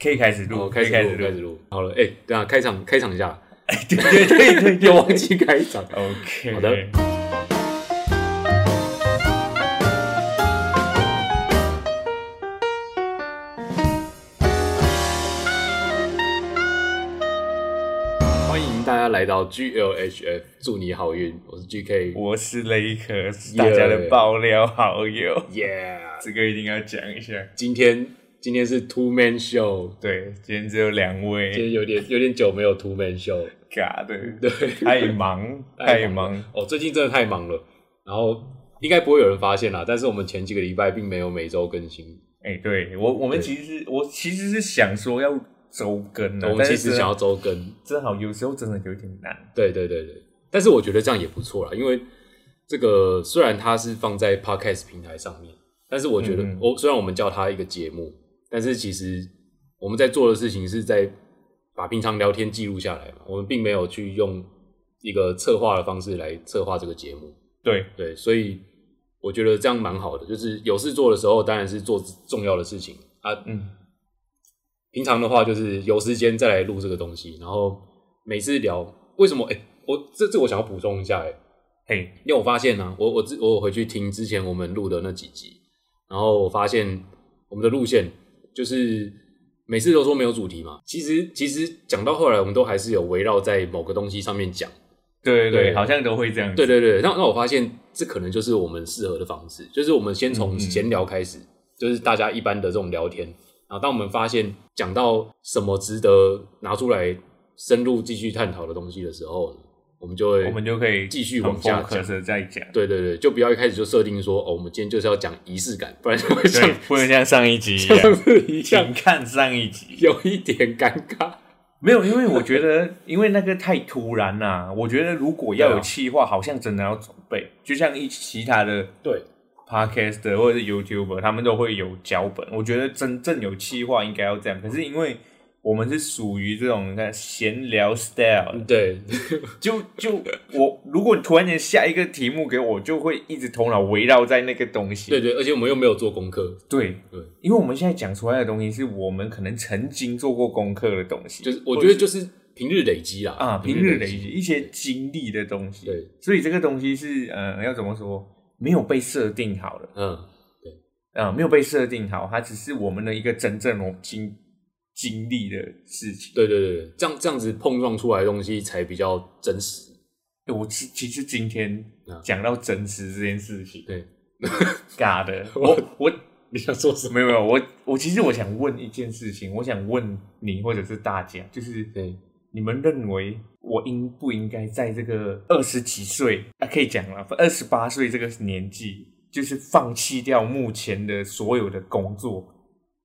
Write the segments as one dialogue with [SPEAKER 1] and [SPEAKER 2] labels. [SPEAKER 1] 可以开始录，
[SPEAKER 2] 我
[SPEAKER 1] 可
[SPEAKER 2] 哦开
[SPEAKER 1] 以开
[SPEAKER 2] 始
[SPEAKER 1] 始
[SPEAKER 2] 录，开
[SPEAKER 1] 录。
[SPEAKER 2] 始录。好了，哎、等一下开场，开场一 下，
[SPEAKER 1] 对 对对对
[SPEAKER 2] 又忘记开场。
[SPEAKER 1] OK，
[SPEAKER 2] 好的。欢迎大家来到 GLHF，祝你好运，我是 GK。
[SPEAKER 1] 我是雷克，是大家的爆料好友
[SPEAKER 2] Yeah，
[SPEAKER 1] 这个一定要讲一下。
[SPEAKER 2] 今天今天是 Two Man Show，
[SPEAKER 1] 对，今天只有两
[SPEAKER 2] 今
[SPEAKER 1] 位，
[SPEAKER 2] 天有 点有点久没有 Two Man Show，
[SPEAKER 1] 嘎的，
[SPEAKER 2] 对，
[SPEAKER 1] 太 忙太忙，
[SPEAKER 2] 哦，最近真的太忙了，然后应该不会有人发现啦，但是我们前几个礼拜并没有每周更新，
[SPEAKER 1] 哎、对我我们
[SPEAKER 2] 对
[SPEAKER 1] 其实是我其实是想说要周更的、
[SPEAKER 2] 我们
[SPEAKER 1] 但
[SPEAKER 2] 其
[SPEAKER 1] 是
[SPEAKER 2] 实
[SPEAKER 1] 真的
[SPEAKER 2] 想要周更，
[SPEAKER 1] 正好有时候真的有点难，
[SPEAKER 2] 对对对对，但是我觉得这样也不错啦，因为这个虽然它是放在 podcast 平台上面，但是我觉得
[SPEAKER 1] 嗯嗯
[SPEAKER 2] 我、虽然我们叫它一个节目，但是其实我们在做的事情是在把平常聊天记录下来嘛，我们并没有去用一个策划的方式来策划这个节目，
[SPEAKER 1] 对，
[SPEAKER 2] 对，所以我觉得这样蛮好的，就是有事做的时候当然是做重要的事情啊，
[SPEAKER 1] 嗯，
[SPEAKER 2] 平常的话就是有时间再来录这个东西，然后每次聊为什么？哎、我这这我想要补充一下、诶
[SPEAKER 1] 嘿，
[SPEAKER 2] 因为我发现呢、我我之我有回去听之前我们录的那几集，然后我发现我们的路线就是每次都说没有主题嘛，其实其实讲到后来，我们都还是有围绕在某个东西上面讲。
[SPEAKER 1] 对对对，
[SPEAKER 2] 对
[SPEAKER 1] 好像都会这样子，
[SPEAKER 2] 对对对，那那我发现这可能就是我们适合的方式，就是我们先从
[SPEAKER 1] 嗯嗯
[SPEAKER 2] 闲聊开始，就是大家一般的这种聊天，然后当我们发现讲到什么值得拿出来深入继续探讨的东西的时候，我们就会
[SPEAKER 1] 我们就可以
[SPEAKER 2] 继续往下讲。
[SPEAKER 1] 的再 讲，
[SPEAKER 2] 对对对，就不要一开始就设定说哦，我们今天就是要讲仪式感，不然就会像
[SPEAKER 1] 对，不能像上一集一
[SPEAKER 2] 像
[SPEAKER 1] 样，
[SPEAKER 2] 是一样
[SPEAKER 1] 请看上一集。
[SPEAKER 2] 有一点尴尬。
[SPEAKER 1] 没有，因为我觉得，因为那个太突然啦、我觉得如果要有气话，好像真的要准备，就像一其他的
[SPEAKER 2] 对
[SPEAKER 1] podcast 或者是 YouTuber，他们都会有脚本。我觉得真正有气话应该要这样，可是因为我们是属于这种那闲聊 style，的
[SPEAKER 2] 嗯对，
[SPEAKER 1] 就就我如果突然间下一个题目给我，就会一直头脑围绕在那个东西。
[SPEAKER 2] 对对，而且我们又没有做功课，
[SPEAKER 1] 对
[SPEAKER 2] 对，
[SPEAKER 1] 因为我们现在讲出来的东西是我们可能曾经做过功课的东西，
[SPEAKER 2] 就是我觉
[SPEAKER 1] 或
[SPEAKER 2] 得
[SPEAKER 1] 者
[SPEAKER 2] 就是平日累积啦，
[SPEAKER 1] 啊，平日累积一些经历的东西，
[SPEAKER 2] 对，
[SPEAKER 1] 所以这个东西是呃，要怎么说，没有被设定好了，
[SPEAKER 2] 嗯。
[SPEAKER 1] 呃，没有被设定好，它只是我们的一个真正我们经经历的事情。
[SPEAKER 2] 对对对对，这样这样子碰撞出来的东西才比较真实。
[SPEAKER 1] 对我其其实今天
[SPEAKER 2] 嗯
[SPEAKER 1] 讲到真实这件事情，
[SPEAKER 2] 对，
[SPEAKER 1] 尬 的，
[SPEAKER 2] 我
[SPEAKER 1] 我我
[SPEAKER 2] 你想说什么？
[SPEAKER 1] 没有没有，我我其实我想问一件事情，我想问你或者是大家，就是
[SPEAKER 2] 对，
[SPEAKER 1] 你们认为我应不应该在这个二十几岁啊，可以讲了，二十八岁这个年纪，就是放弃掉目前的所有的工作，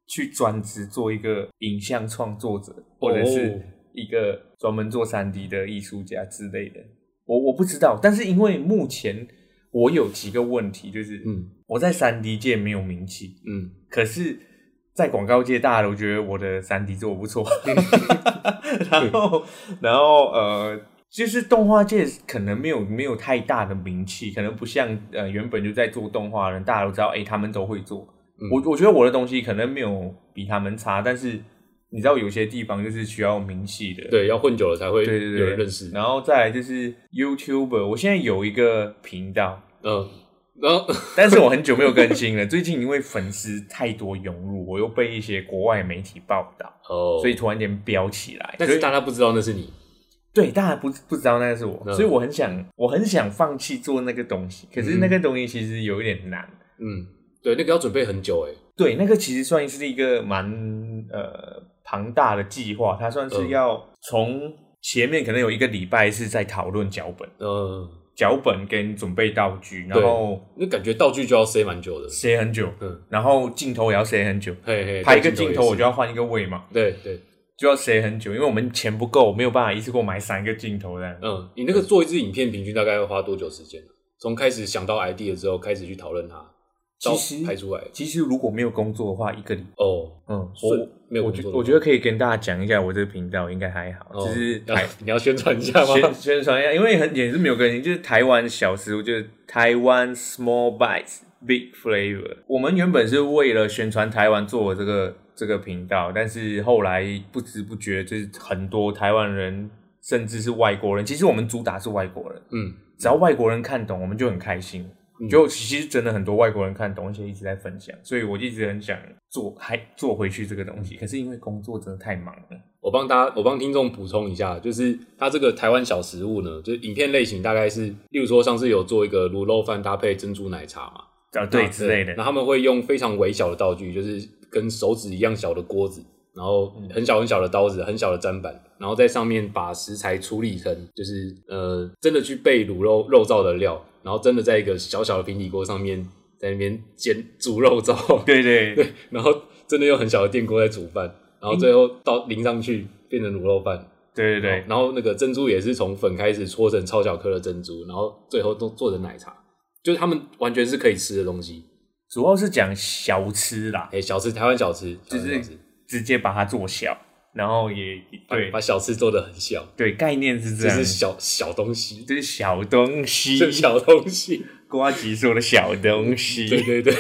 [SPEAKER 1] 去专职做一个影像创作者，或者
[SPEAKER 2] 哦
[SPEAKER 1] 是一个专门做三 D 的艺术家之类的。我我不知道，但是因为目前我有几个问题，就是
[SPEAKER 2] 嗯
[SPEAKER 1] 我在三 D 界没有名气，
[SPEAKER 2] 嗯，
[SPEAKER 1] 可是，在广告界，大家都觉得我的三 D 做得不 错，然后，然后呃，就是动画界可能没有没有太大的名气，可能不像呃原本就在做动画的人，大家都知道，哎、他们都会做。
[SPEAKER 2] 嗯
[SPEAKER 1] 我我觉得我的东西可能没有比他们差，但是你知道有些地方就是需要名气的，
[SPEAKER 2] 对，要混久了才会
[SPEAKER 1] 对对
[SPEAKER 2] 有人
[SPEAKER 1] 对，
[SPEAKER 2] 认识。
[SPEAKER 1] 然后再来就是 YouTuber，我现在有一个频道，
[SPEAKER 2] 嗯，然后
[SPEAKER 1] 但是我很久没有更新了，最近因为粉丝太多涌入，我又被一些国外媒体报道，
[SPEAKER 2] 哦，
[SPEAKER 1] 所以突然间飙起来。
[SPEAKER 2] 但
[SPEAKER 1] 所
[SPEAKER 2] 是
[SPEAKER 1] 以
[SPEAKER 2] 大家不知道那是你。
[SPEAKER 1] 对大家不不知道那个是我，
[SPEAKER 2] 嗯
[SPEAKER 1] 所以我很想我很想放弃做那个东西，可是
[SPEAKER 2] 嗯
[SPEAKER 1] 那个东西其实有一点难。
[SPEAKER 2] 嗯，对，那个要准备很久哎。
[SPEAKER 1] 对，那个其实算是一个蛮呃庞大的计划，它算是
[SPEAKER 2] 嗯
[SPEAKER 1] 要从前面可能有一个礼拜是在讨论脚本、
[SPEAKER 2] 嗯，
[SPEAKER 1] 脚本跟准备道具，然
[SPEAKER 2] 对
[SPEAKER 1] 后
[SPEAKER 2] 那感觉道具就要塞蛮久的。
[SPEAKER 1] 塞很久，
[SPEAKER 2] 嗯，
[SPEAKER 1] 然后镜头也要塞很久，
[SPEAKER 2] 嘿嘿，
[SPEAKER 1] 拍一个镜头我
[SPEAKER 2] 就
[SPEAKER 1] 就要换一个位嘛。
[SPEAKER 2] 对对，
[SPEAKER 1] 就要塞很久，因为我们钱不够，没有办法一次给我买三个镜头这样。
[SPEAKER 2] 嗯，你那个做一支影片平均大概要花多久时间？啊从开始想到 idea 之后，开始去讨论它，到
[SPEAKER 1] 其实
[SPEAKER 2] 拍出来。
[SPEAKER 1] 其实如果没有工作的话，一个礼
[SPEAKER 2] 哦，
[SPEAKER 1] 嗯，
[SPEAKER 2] 顺
[SPEAKER 1] 我
[SPEAKER 2] 没有
[SPEAKER 1] 我
[SPEAKER 2] 工
[SPEAKER 1] 觉
[SPEAKER 2] 作的
[SPEAKER 1] 我觉得可以跟大家讲一下，我这个频道应该还好，
[SPEAKER 2] 哦
[SPEAKER 1] 就是
[SPEAKER 2] 要
[SPEAKER 1] 台
[SPEAKER 2] 你要宣传一下吗？
[SPEAKER 1] 宣宣传一下，因为很也是没有更新，就是台湾小食物，就是台湾 small bites big flavor。我们原本是为了宣传台湾做的这个这个频道，但是后来不知不觉，就是很多台湾人，甚至是外国人，其实我们主打是外国人，
[SPEAKER 2] 嗯，
[SPEAKER 1] 只要外国人看懂，我们就很开心。
[SPEAKER 2] 嗯
[SPEAKER 1] 就其实真的很多外国人看懂，而且一直在分享，所以我一直很想做，还做回去这个
[SPEAKER 2] 嗯
[SPEAKER 1] 东西。可是因为工作真的太忙了，
[SPEAKER 2] 我帮大家，我帮听众补充一下，就是它这个台湾小食物呢，就是影片类型大概是，例如说上次有做一个卤肉饭搭配珍珠奶茶嘛，
[SPEAKER 1] 啊，对
[SPEAKER 2] 那
[SPEAKER 1] 之类的
[SPEAKER 2] 那，他们会用非常微小的道具，就是跟手指一样小的锅子，然后
[SPEAKER 1] 嗯
[SPEAKER 2] 很小很小的刀子，很小的砧板，然后在上面把食材处理成，就是呃，真的去备卤肉肉燥的料，然后真的在一个小小的平底锅上面，在那边煎煮肉燥，
[SPEAKER 1] 对对对，
[SPEAKER 2] 然后真的用很小的电锅在煮饭，然后最后倒淋上去变成卤肉饭。
[SPEAKER 1] 对对对，
[SPEAKER 2] 然后那个珍珠也是从粉开始搓成超小颗的珍珠，然后最后都做成奶茶，就是他们完全是可以吃的东西。
[SPEAKER 1] 主要是讲小吃啦，
[SPEAKER 2] 哎、小吃台湾小吃，
[SPEAKER 1] 就
[SPEAKER 2] 台湾小
[SPEAKER 1] 是
[SPEAKER 2] 吃
[SPEAKER 1] 直接把它做小，然后也对
[SPEAKER 2] 把小吃做的很小，
[SPEAKER 1] 对，概念是啊这
[SPEAKER 2] 就
[SPEAKER 1] 样
[SPEAKER 2] 是，小小东西，
[SPEAKER 1] 这是小东西，
[SPEAKER 2] 是小 东西，
[SPEAKER 1] 瓜吉说的小东西，
[SPEAKER 2] 对对 对，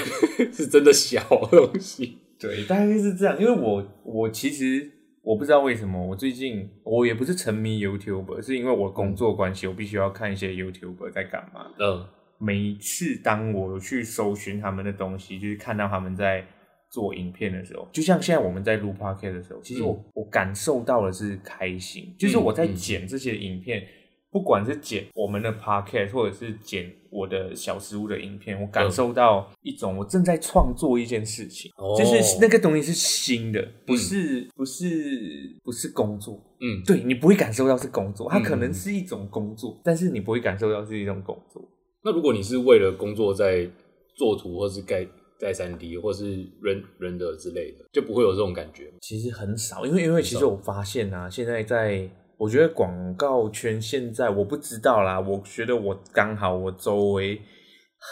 [SPEAKER 2] 是真的小东西。
[SPEAKER 1] 对，大概是这样。因为我我其实我不知道为什么，我最近我也不是沉迷 YouTube，是因为我工作关系，我必须要看一些 YouTube 在干嘛。
[SPEAKER 2] 嗯
[SPEAKER 1] 每次当我去搜寻他们的东西，就是看到他们在做影片的时候，就像现在我们在录 podcast 的时候，其实我、我感受到的是开心，就是我在
[SPEAKER 2] 嗯嗯嗯
[SPEAKER 1] 剪这些影片，不管是剪我们的 podcast 或者是剪我的小食物的影片，我感
[SPEAKER 2] 嗯
[SPEAKER 1] 受到一种我正在创作一件事情，
[SPEAKER 2] 哦
[SPEAKER 1] 就是那个东西是新的，不是、不是不是工作，
[SPEAKER 2] 嗯，
[SPEAKER 1] 对你不会感受到是工作，它可
[SPEAKER 2] 嗯
[SPEAKER 1] 能
[SPEAKER 2] 嗯
[SPEAKER 1] 是一种工作，但是你不会感受到是一种工作。
[SPEAKER 2] 那如果你是为了工作在做图，或是盖盖三 D，或是人人的之类的，就不会有这种感觉。
[SPEAKER 1] 其实很少，因为因为其实我发现啊，现在在我觉得广告圈现在我不知道啦，我觉得我刚好我周围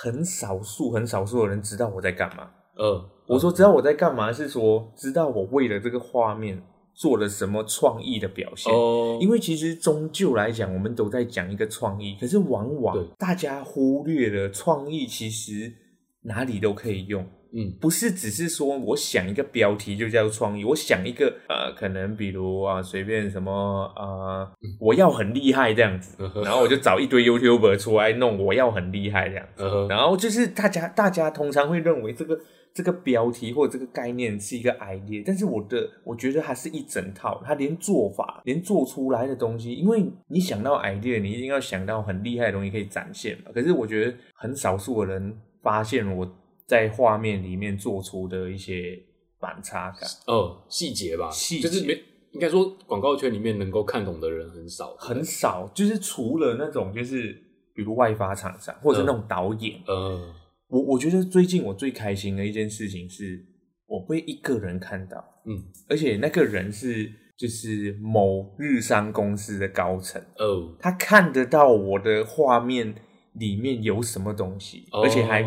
[SPEAKER 1] 很少数很少数的人知道我在干嘛。
[SPEAKER 2] 嗯，
[SPEAKER 1] 我说知道我在干嘛是说知道我为了这个画面做了什么创意的表现。
[SPEAKER 2] 哦，
[SPEAKER 1] 因
[SPEAKER 2] 为
[SPEAKER 1] 为其实终究来讲，我们都在讲一个创意，可是往
[SPEAKER 2] 对
[SPEAKER 1] 往大家忽略了创意，其实哪里都可以用。
[SPEAKER 2] 嗯
[SPEAKER 1] 不是只是说我想一个标题就叫创意，我想一个呃，可能比如啊，随便什么呃，我要很厉害这样子，然后我就找一堆 YouTuber 出来弄我要很厉害这样，
[SPEAKER 2] 嗯哼
[SPEAKER 1] 然后就是大家大家通常会认为这个这个标题或者这个概念是一个 idea，但是我的我觉得它是一整套，它连做法连做出来的东西，因为你想到 idea，你一定要想到很厉害的东西可以展现嘛。可是我觉得很少数的人发现我在画面里面做出的一些反差感，
[SPEAKER 2] 哦，细节吧，
[SPEAKER 1] 细节
[SPEAKER 2] 就是没应该说广告圈里面能够看懂的人很少，
[SPEAKER 1] 很少，就是除了那种就是比如外发厂商或者那种导演。
[SPEAKER 2] 呃，
[SPEAKER 1] 我我觉得最近我最开心的一件事情是，我被一个人看到，
[SPEAKER 2] 嗯，
[SPEAKER 1] 而且那个人是就是某日商公司的高层，
[SPEAKER 2] 哦，
[SPEAKER 1] 他看得到我的画面里面有什么东西，
[SPEAKER 2] 哦
[SPEAKER 1] 而且还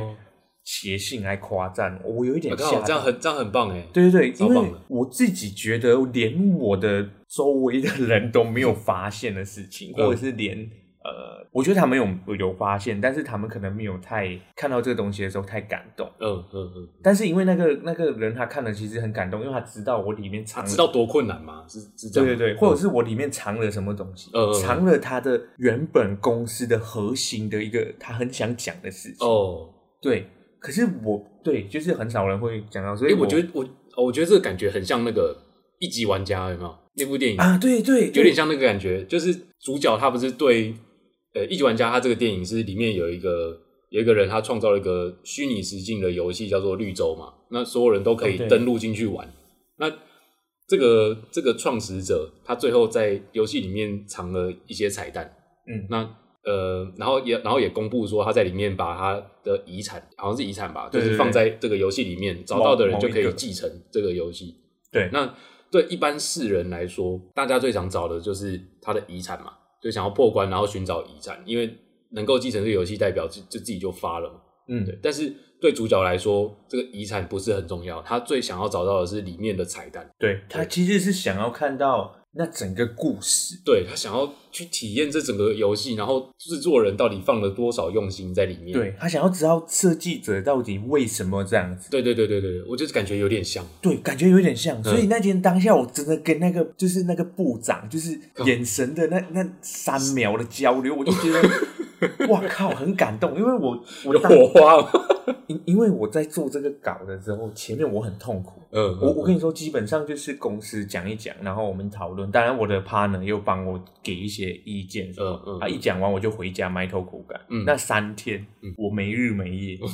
[SPEAKER 1] 写信来夸赞我，我有一点
[SPEAKER 2] 我
[SPEAKER 1] 吓
[SPEAKER 2] 靠，啊这样
[SPEAKER 1] 到。
[SPEAKER 2] 很这样很棒哎，
[SPEAKER 1] 对对对，
[SPEAKER 2] 超
[SPEAKER 1] 因
[SPEAKER 2] 棒的
[SPEAKER 1] 为我自己觉得，连我的周围的人都没有发现的事情，
[SPEAKER 2] 嗯
[SPEAKER 1] 或者是连呃，我觉得他们有有发现，但是他们可能没有太看到这个东西的时候太感动。
[SPEAKER 2] 嗯嗯嗯，
[SPEAKER 1] 但是因为那个那个人他看了其实很感动，因为他知道我里面藏了，
[SPEAKER 2] 知道多困难吗？是是这
[SPEAKER 1] 对
[SPEAKER 2] 样
[SPEAKER 1] 嗯对
[SPEAKER 2] 吗，
[SPEAKER 1] 对，或者是我里面藏了什么东西，
[SPEAKER 2] 嗯嗯嗯嗯
[SPEAKER 1] 藏了他的原本公司的核心的一个他很想讲的事情。
[SPEAKER 2] 哦，
[SPEAKER 1] 对，可是我对就是很少人会讲到，所
[SPEAKER 2] 哎、
[SPEAKER 1] 以
[SPEAKER 2] 我觉
[SPEAKER 1] 得
[SPEAKER 2] 得我哦我觉得这个感觉很像那个一级玩家，有没有？那部电影、
[SPEAKER 1] 啊，对对，
[SPEAKER 2] 有
[SPEAKER 1] 对
[SPEAKER 2] 点像那个感觉，就是主角他不是对呃一级玩家，他这个电影是里面有一个有一个人他创造了一个虚拟实境的游戏叫做绿洲嘛，那所有人都可以
[SPEAKER 1] 哦对
[SPEAKER 2] 登录进去玩。那这个这个创始者他最后在游戏里面藏了一些彩蛋，
[SPEAKER 1] 嗯
[SPEAKER 2] 那呃，然后也然后也公布说他在里面把他的遗产，好像是遗产吧，就
[SPEAKER 1] 对
[SPEAKER 2] 是
[SPEAKER 1] 对
[SPEAKER 2] 放
[SPEAKER 1] 对
[SPEAKER 2] 在这个游戏里面，找到的人
[SPEAKER 1] 某
[SPEAKER 2] 就
[SPEAKER 1] 一
[SPEAKER 2] 可以
[SPEAKER 1] 个
[SPEAKER 2] 继承这个游戏。
[SPEAKER 1] 对
[SPEAKER 2] 那对一般世人来说，大家最想找的就是他的遗产嘛，就想要破关，然后寻找遗产，因为能够继承这个游戏，代表就就自己就发了嘛。
[SPEAKER 1] 嗯
[SPEAKER 2] 对，但是对主角来说，这个遗产不是很重要，他最想要找到的是里面的彩蛋。
[SPEAKER 1] 对，他其实是想要看到那整个故事，
[SPEAKER 2] 对他想要去体验这整个游戏，然后制作人到底放了多少用心在里面。
[SPEAKER 1] 对他想要知道设计者到底为什么这样子。
[SPEAKER 2] 对对对对对，我就是感觉有点像，
[SPEAKER 1] 对，感觉有点像，
[SPEAKER 2] 嗯
[SPEAKER 1] 所以那天当下我真的跟那个就是那个部长，就是
[SPEAKER 2] 嗯
[SPEAKER 1] 眼神的那那三秒的交流，我就觉得，哇靠，很感动，因为我我
[SPEAKER 2] 有
[SPEAKER 1] 当
[SPEAKER 2] 火花吗？
[SPEAKER 1] 因因为我在做这个稿的时候，前面我很痛苦，
[SPEAKER 2] 嗯，
[SPEAKER 1] 我我跟你说，基本上就是公司讲一讲，然后我们讨论。当然，我的 partner 又帮我给一些意见什么。
[SPEAKER 2] 嗯嗯
[SPEAKER 1] 啊，一讲完我就回家埋头苦干。
[SPEAKER 2] 嗯
[SPEAKER 1] 那三天、我没日没夜，
[SPEAKER 2] 我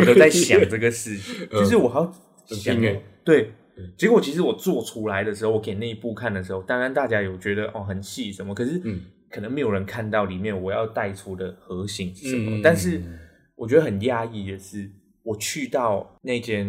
[SPEAKER 1] 我都在 想这个事 情，
[SPEAKER 2] 嗯
[SPEAKER 1] 嗯就是我好
[SPEAKER 2] 很
[SPEAKER 1] 想
[SPEAKER 2] 拼欸
[SPEAKER 1] 对。结果其实我做出来的时候，我给内部看的时候，当然大家有觉得哦很细什么，可是
[SPEAKER 2] 嗯
[SPEAKER 1] 可能没有人看到里面我要带出的核心是什么。
[SPEAKER 2] 嗯
[SPEAKER 1] 但是我觉得很压抑的是，我去到那间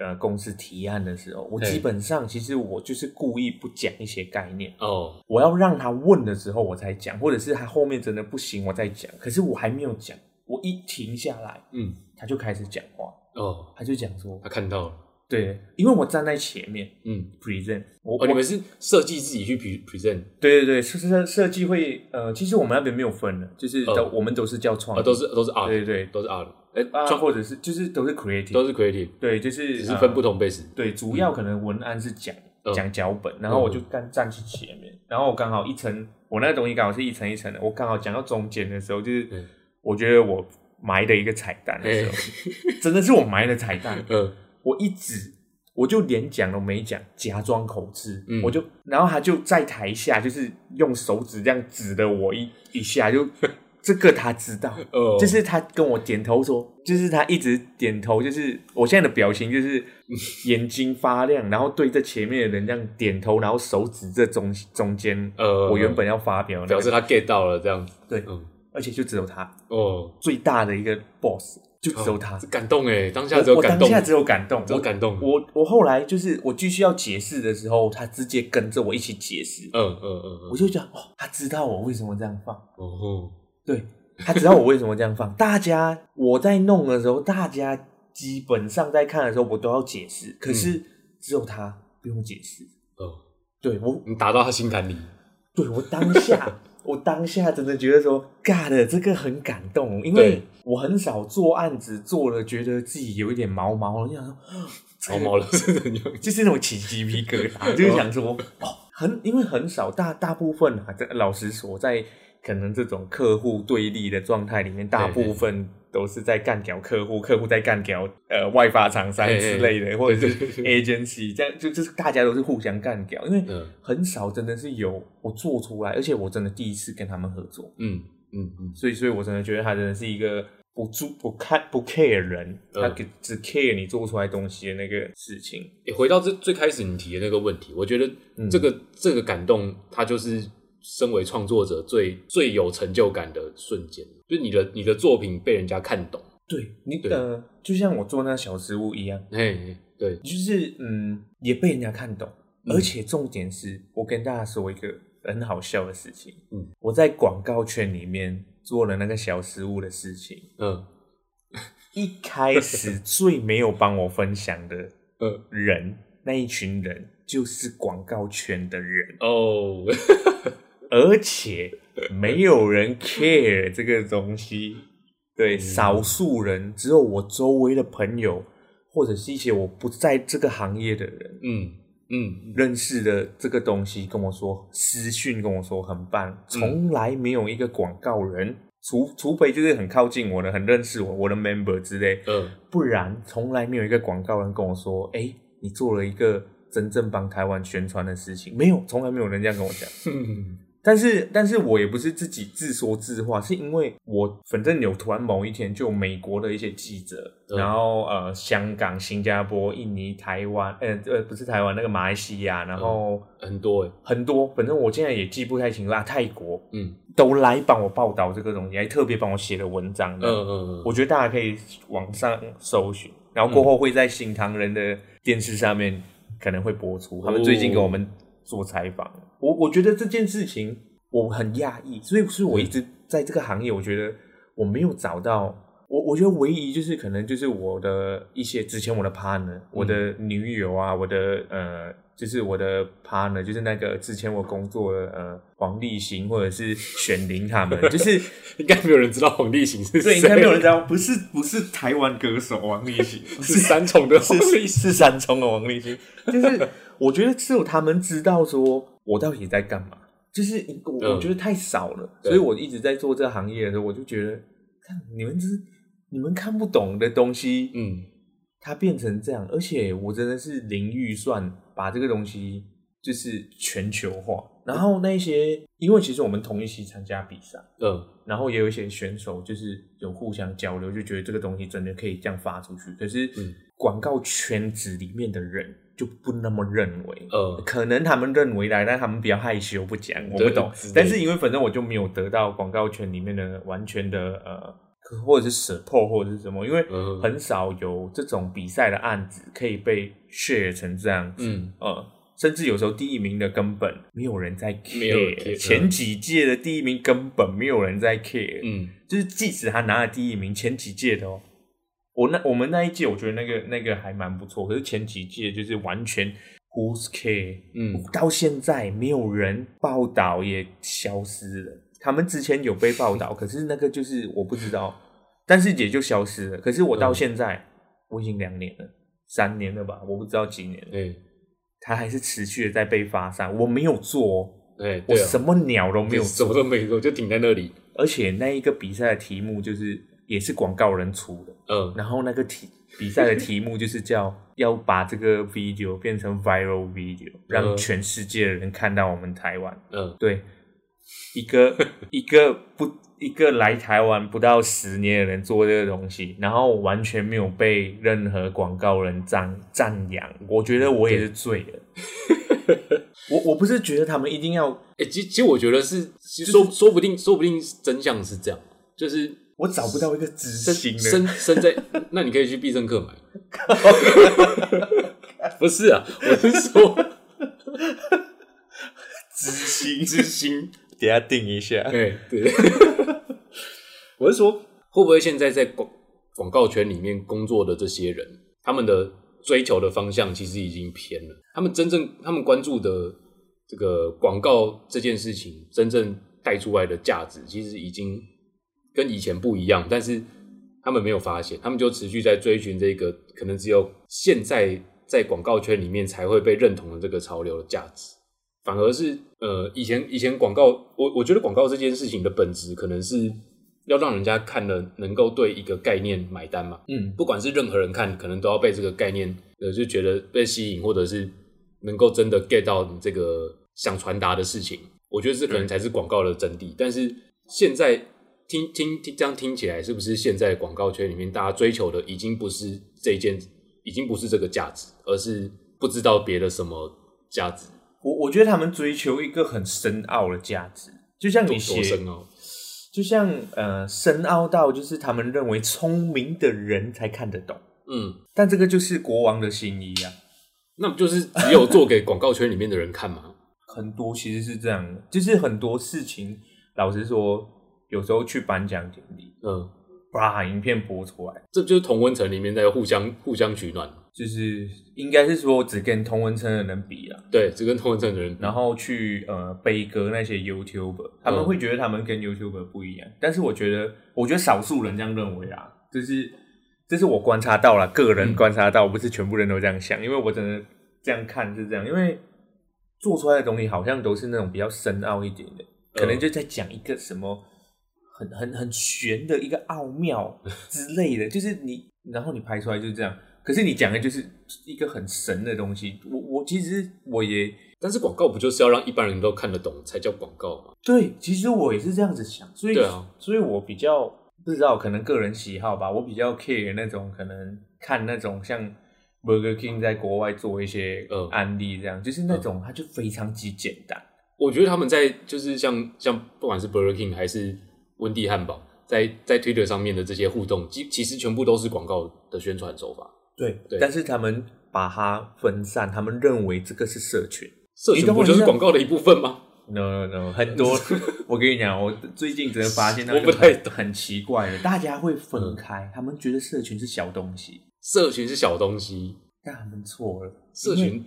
[SPEAKER 1] 呃公司提案的时候，我
[SPEAKER 2] 对
[SPEAKER 1] 基本上其实我就是故意不讲一些概念，
[SPEAKER 2] 哦，
[SPEAKER 1] 我要让他问的时候我才讲，或者是他后面真的不行我再讲。可是我还没有讲，我一停下来
[SPEAKER 2] 嗯
[SPEAKER 1] 他就开始讲话，
[SPEAKER 2] 哦，
[SPEAKER 1] 他就讲说
[SPEAKER 2] 他看到了，
[SPEAKER 1] 对，因为我站在前面
[SPEAKER 2] 嗯，
[SPEAKER 1] present，我、
[SPEAKER 2] 哦，你
[SPEAKER 1] 我
[SPEAKER 2] 们是设计自己去 pre present
[SPEAKER 1] 对对对设设设计会呃，其实我们那边没有分的，就是
[SPEAKER 2] 哦
[SPEAKER 1] 都、我们都是叫创意，
[SPEAKER 2] 啊，都是都是 art，
[SPEAKER 1] 哦对对对，
[SPEAKER 2] 都是 art，哎，
[SPEAKER 1] 啊
[SPEAKER 2] 创
[SPEAKER 1] 或者是就是都是 creative，
[SPEAKER 2] 都是 creative，
[SPEAKER 1] 对，就是呃
[SPEAKER 2] 只是分不
[SPEAKER 1] 同、
[SPEAKER 2] 同 base，
[SPEAKER 1] 对，主要可能文案是讲、
[SPEAKER 2] 嗯
[SPEAKER 1] 讲脚本，然后我就站站去前面，然后我刚好一层，我那个东西刚好是一层一层的，我刚好讲到中间的时候，就是、
[SPEAKER 2] 嗯
[SPEAKER 1] 我觉得我埋的一个彩蛋的时候， 真的是我埋的彩蛋，
[SPEAKER 2] 嗯
[SPEAKER 1] 我一直我就连讲都没讲，假装口吃，
[SPEAKER 2] 嗯
[SPEAKER 1] 我就然后他就在台下就是用手指这样指了我一一下，就 这个他知道，
[SPEAKER 2] 哦，
[SPEAKER 1] 就是他跟我点头说，就是他一直点头，就是我现在的表情 就是眼睛发亮，然后对着前面的人这样点头，然后手指这中中间，
[SPEAKER 2] 呃，
[SPEAKER 1] 我原本要发表
[SPEAKER 2] 表
[SPEAKER 1] 的，
[SPEAKER 2] 示他 get 到了这样子，
[SPEAKER 1] 对
[SPEAKER 2] 嗯，
[SPEAKER 1] 而且就只有他
[SPEAKER 2] 哦，
[SPEAKER 1] 最大的一个 boss，就只有他
[SPEAKER 2] 这，感动哎，当下只
[SPEAKER 1] 我
[SPEAKER 2] 有
[SPEAKER 1] 我
[SPEAKER 2] 感
[SPEAKER 1] 当
[SPEAKER 2] 动，
[SPEAKER 1] 下只有感动，
[SPEAKER 2] 只有感动，
[SPEAKER 1] 我我后来就是我继续要解释的时候，他直接跟着我一起解释，
[SPEAKER 2] 嗯嗯嗯
[SPEAKER 1] 我就觉得哦，他知道我为什么这样放，
[SPEAKER 2] 嗯，哦，
[SPEAKER 1] 对 他知道我为什么这样放。大家我在弄的时候，大家基本上在看的时候，我都要解释，可是只有他不用解释。
[SPEAKER 2] 哦，
[SPEAKER 1] 对我，
[SPEAKER 2] 你打到他心坎里，
[SPEAKER 1] 对我当下。我当下真的觉得说尬的这个很感动，因为
[SPEAKER 2] 对
[SPEAKER 1] 我很少做案子，做了觉得自己有一点毛毛，就想说，
[SPEAKER 2] 毛毛了是怎样？
[SPEAKER 1] 就是那种起鸡皮疙瘩， 就是想说，哦，很因为很少，大大部分啊，这老实说，在可能这种客户对立的状态里面，大部分都是在干掉客户，客户在干掉呃外发厂商
[SPEAKER 2] 嗯嘿嘿
[SPEAKER 1] 之类 的，或者
[SPEAKER 2] 对
[SPEAKER 1] 是 agency，这样就就是大家都是互相干掉，因为
[SPEAKER 2] 嗯
[SPEAKER 1] 很少真的是有我做出来，而且我真的第一次跟他们合作，
[SPEAKER 2] 嗯嗯嗯，
[SPEAKER 1] 所以，所以我真的觉得他真的是一个不注不看不 care 人，
[SPEAKER 2] 嗯
[SPEAKER 1] 他只只 care 你做出来东西的那个事情。
[SPEAKER 2] 欸回到这最开始你提的那个问题，我觉得
[SPEAKER 1] 嗯
[SPEAKER 2] 这个、这个感动，它就是身为创作者最最有成就感的瞬间，就是你的你的作品被人家看懂。
[SPEAKER 1] 对你
[SPEAKER 2] 对
[SPEAKER 1] 呃，就像我做那小植物一样，
[SPEAKER 2] 嘿，嘿对，
[SPEAKER 1] 就是嗯，也被人家看懂。
[SPEAKER 2] 嗯
[SPEAKER 1] 而且重点是我跟大家说一个很好笑的事情，
[SPEAKER 2] 嗯，
[SPEAKER 1] 我在广告圈里面做了那个小食物的事情，
[SPEAKER 2] 嗯
[SPEAKER 1] 一开 始最没有帮我分享的
[SPEAKER 2] 嗯，
[SPEAKER 1] 人，那一群人就是广告圈的人，
[SPEAKER 2] 哦，
[SPEAKER 1] 而且没有人 care 这个东西。对，少数人，只有我周围的朋友，或者是一些我不在这个行业的人
[SPEAKER 2] 嗯嗯，
[SPEAKER 1] 认识的这个东西，跟我说私讯跟我说很棒，从来没有一个广告人，除除非就是很靠近我的、很认识我、我的 member 之类，
[SPEAKER 2] 嗯
[SPEAKER 1] 不然从来没有一个广告人跟我说，哎、你做了一个真正帮台湾宣传的事情，没有，从来没有人这样跟我讲。
[SPEAKER 2] 嗯，
[SPEAKER 1] 但是，但是我也不是自己自说自话，是因为我反正有突然某一天，就美国的一些记者，
[SPEAKER 2] 嗯
[SPEAKER 1] 然后呃，香港、新加坡、印尼、台湾，呃呃，不是台湾，那个马来西
[SPEAKER 2] 嗯
[SPEAKER 1] 亚，然后
[SPEAKER 2] 很多哎、
[SPEAKER 1] 很多，反正我现在也记不太清啦，泰国
[SPEAKER 2] 嗯
[SPEAKER 1] 都来帮我报道这个东西，还特别帮我写了文章
[SPEAKER 2] 嗯
[SPEAKER 1] 的。
[SPEAKER 2] 嗯嗯，
[SPEAKER 1] 我觉得大家可以网上搜寻，然后过后会在新唐人的电视上面可能会播出。他们最近给我们做采访，哦我我觉得这件事情我很讶异，所以所以我一直在这个行业，我觉得我没有找到。我我觉得唯一就是嗯可能就是我的一些之前我的 partner，、我的女友啊，我的呃就是我的 partner，就是那个之前我工作的呃黄立行或者是选林他们， 就是
[SPEAKER 2] 应该没有人知道黄立行是
[SPEAKER 1] 对，
[SPEAKER 2] 谁，
[SPEAKER 1] 应该没有人知道，不是不是台湾歌手王力 行，
[SPEAKER 2] 是三重的黄
[SPEAKER 1] 是
[SPEAKER 2] 立
[SPEAKER 1] 是是
[SPEAKER 2] 行。
[SPEAKER 1] 三重的王力行，就是我觉得只有他们知道说我到底在干嘛，就是我
[SPEAKER 2] 嗯
[SPEAKER 1] 我觉得太少了，
[SPEAKER 2] 对
[SPEAKER 1] 所以我一直在做这个行业的时候，我就觉得，看你们就是你们看不懂的东西，
[SPEAKER 2] 嗯，
[SPEAKER 1] 它变成这样，而且我真的是零预算把这个东西就是全球化，然后那一些因为其实我们同一期参加比赛。
[SPEAKER 2] 嗯，
[SPEAKER 1] 然后也有一些选手就是有互相交流，就觉得这个东西真的可以这样发出去。可是
[SPEAKER 2] 嗯
[SPEAKER 1] 广告圈子里面的人就不那么认为，
[SPEAKER 2] 呃
[SPEAKER 1] 可能他们认为来，但他们比较害羞不讲，我不
[SPEAKER 2] 对
[SPEAKER 1] 懂
[SPEAKER 2] 之类。的
[SPEAKER 1] 但是因为反正我就没有得到广告圈里面的完全的呃，或者是 support 或者是什么，因为
[SPEAKER 2] 嗯
[SPEAKER 1] 很少有这种比赛的案子可以被 share 成这样子。
[SPEAKER 2] 嗯，
[SPEAKER 1] 呃，甚至有时候第一名的根本没有人在
[SPEAKER 2] 没有
[SPEAKER 1] care，
[SPEAKER 2] care，嗯
[SPEAKER 1] 前几届的第一名根本没有人在 care，、
[SPEAKER 2] 嗯，
[SPEAKER 1] 就是即使他拿了第一名，前几届的哦，我那我们那一届我觉得那个那个还蛮不错，可是前几届就是完全 who's care，
[SPEAKER 2] 嗯，
[SPEAKER 1] 到现在没有人报道也消失了，他们之前有被报 道，可是那个就是我不知道，但是也就消失了，可是我
[SPEAKER 2] 嗯
[SPEAKER 1] 到现在、我已经两年了。三年了吧，我不知道几年了。
[SPEAKER 2] 哎，
[SPEAKER 1] 它还是持续的在被发散。我没有做哦，
[SPEAKER 2] 哎，
[SPEAKER 1] 我
[SPEAKER 2] 对啊，
[SPEAKER 1] 什么鸟都没有
[SPEAKER 2] 什么
[SPEAKER 1] 做，
[SPEAKER 2] 都没做，就停在那里。
[SPEAKER 1] 而且那一个比赛的题目就是也是广告人出的，
[SPEAKER 2] 嗯，
[SPEAKER 1] 然后那个题比赛的题目就是叫要把这个 video 变成 viral video，让全世界的人看到我们台湾。
[SPEAKER 2] 嗯，
[SPEAKER 1] 对，一个一个不一个来台湾不到十年的人做这个东西，然后完全没有被任何广告人赞赞扬，我觉得我也是醉了。 我我不是觉得他们一定要，
[SPEAKER 2] 哎，其其实我觉得是，其实说说不定，说不定真相是这样，就是
[SPEAKER 1] 我找不到一个知心
[SPEAKER 2] 身
[SPEAKER 1] 的。
[SPEAKER 2] 身身在，那你可以去必胜客买。不是啊，我是说
[SPEAKER 1] 知心，
[SPEAKER 2] 知心。
[SPEAKER 1] 等一下定一下。
[SPEAKER 2] 哎，对， 我是说，会不会现在在广广告圈里面工作的这些人，他们的追求的方向其实已经偏了。他们真正他们关注的这个广告这件事情，真正带出来的价值，其实已经跟以前不一样，但是他们没有发现，他们就持续在追寻这个可能只有现在在广告圈里面才会被认同的这个潮流的价值。反而是呃，以前以前广告，我我觉得广告这件事情的本质可能是要让人家看了能够对一个概念买单嘛，
[SPEAKER 1] 嗯，
[SPEAKER 2] 不管是任何人看，可能都要被这个概念呃就觉得被吸引，或者是能够真的 get 到你这个想传达的事情。我觉得这可能才是广告的真谛。但是现在听听听这样听起来，是不是现在广告圈里面大家追求的已经不是这件，已经不是这个价值，而是不知道别的什么价值？
[SPEAKER 1] 我我觉得他们追求一个很深奥的价值，就像你写
[SPEAKER 2] 多深奥。
[SPEAKER 1] 就像呃深奥到就是他们认为聪明的人才看得懂，
[SPEAKER 2] 嗯，
[SPEAKER 1] 但这个就是国王的新衣啊。
[SPEAKER 2] 那不就是只有做给广告圈里面的人 看吗？
[SPEAKER 1] 很多其实是这样的，就是很多事情，老实说，有时候去颁奖典礼，
[SPEAKER 2] 嗯，
[SPEAKER 1] 哇，影片播出来，
[SPEAKER 2] 这就是同温层里面在互相互相取暖。
[SPEAKER 1] 就是应该是说只跟同文层的人比啦，
[SPEAKER 2] 对，只跟同温层的人比。
[SPEAKER 1] 然后去呃悲歌那些 YouTuber，他们
[SPEAKER 2] 嗯
[SPEAKER 1] 会觉得他们跟 YouTuber 不一样，但是我觉得，我觉得少数人这样认为啊，就是这是我观察到了，个人
[SPEAKER 2] 嗯
[SPEAKER 1] 观察到，不是全部人都这样想，因为我真的这样看是这样，因为做出来的东西好像都是那种比较深奥一点
[SPEAKER 2] 嗯
[SPEAKER 1] 的，可能就在讲一个什么很很很玄的一个奥妙 之类的，就是你，然后你拍出来就是这样。可是你讲的就是一个很神的东西，我我其实我也
[SPEAKER 2] 但是广告不就是要让一般人都看得懂才叫广告吗？
[SPEAKER 1] 对，其实我也是这样子想，所以、
[SPEAKER 2] 对啊
[SPEAKER 1] 所以我比较不知道，可能个人喜好吧，我比较 care 那种可能看那种像 Burger King 在国外做一些
[SPEAKER 2] 嗯
[SPEAKER 1] 案例这样，就是那种它就非常之简单，
[SPEAKER 2] 我觉得他们在就是像像不管是 Burger King 还是温蒂汉堡，在在 Twitter 上面的这些互动，其其实全部都是广告的宣传手法。
[SPEAKER 1] 对
[SPEAKER 2] 对
[SPEAKER 1] 但是他们把它分散，他们认为这个是社群。
[SPEAKER 2] 社
[SPEAKER 1] 你
[SPEAKER 2] 群
[SPEAKER 1] 懂
[SPEAKER 2] 不
[SPEAKER 1] 我
[SPEAKER 2] 就
[SPEAKER 1] 意思
[SPEAKER 2] 是
[SPEAKER 1] 吗
[SPEAKER 2] 广告的一部分吗？
[SPEAKER 1] No no no，很多，我跟你讲，我最近真的发现到
[SPEAKER 2] 我
[SPEAKER 1] 一个
[SPEAKER 2] 不太嗯
[SPEAKER 1] 很很奇怪的，大家会分开，他们觉得社群是小东西，
[SPEAKER 2] 社群是小东西，
[SPEAKER 1] 但他们错了，
[SPEAKER 2] 社
[SPEAKER 1] 因为
[SPEAKER 2] 群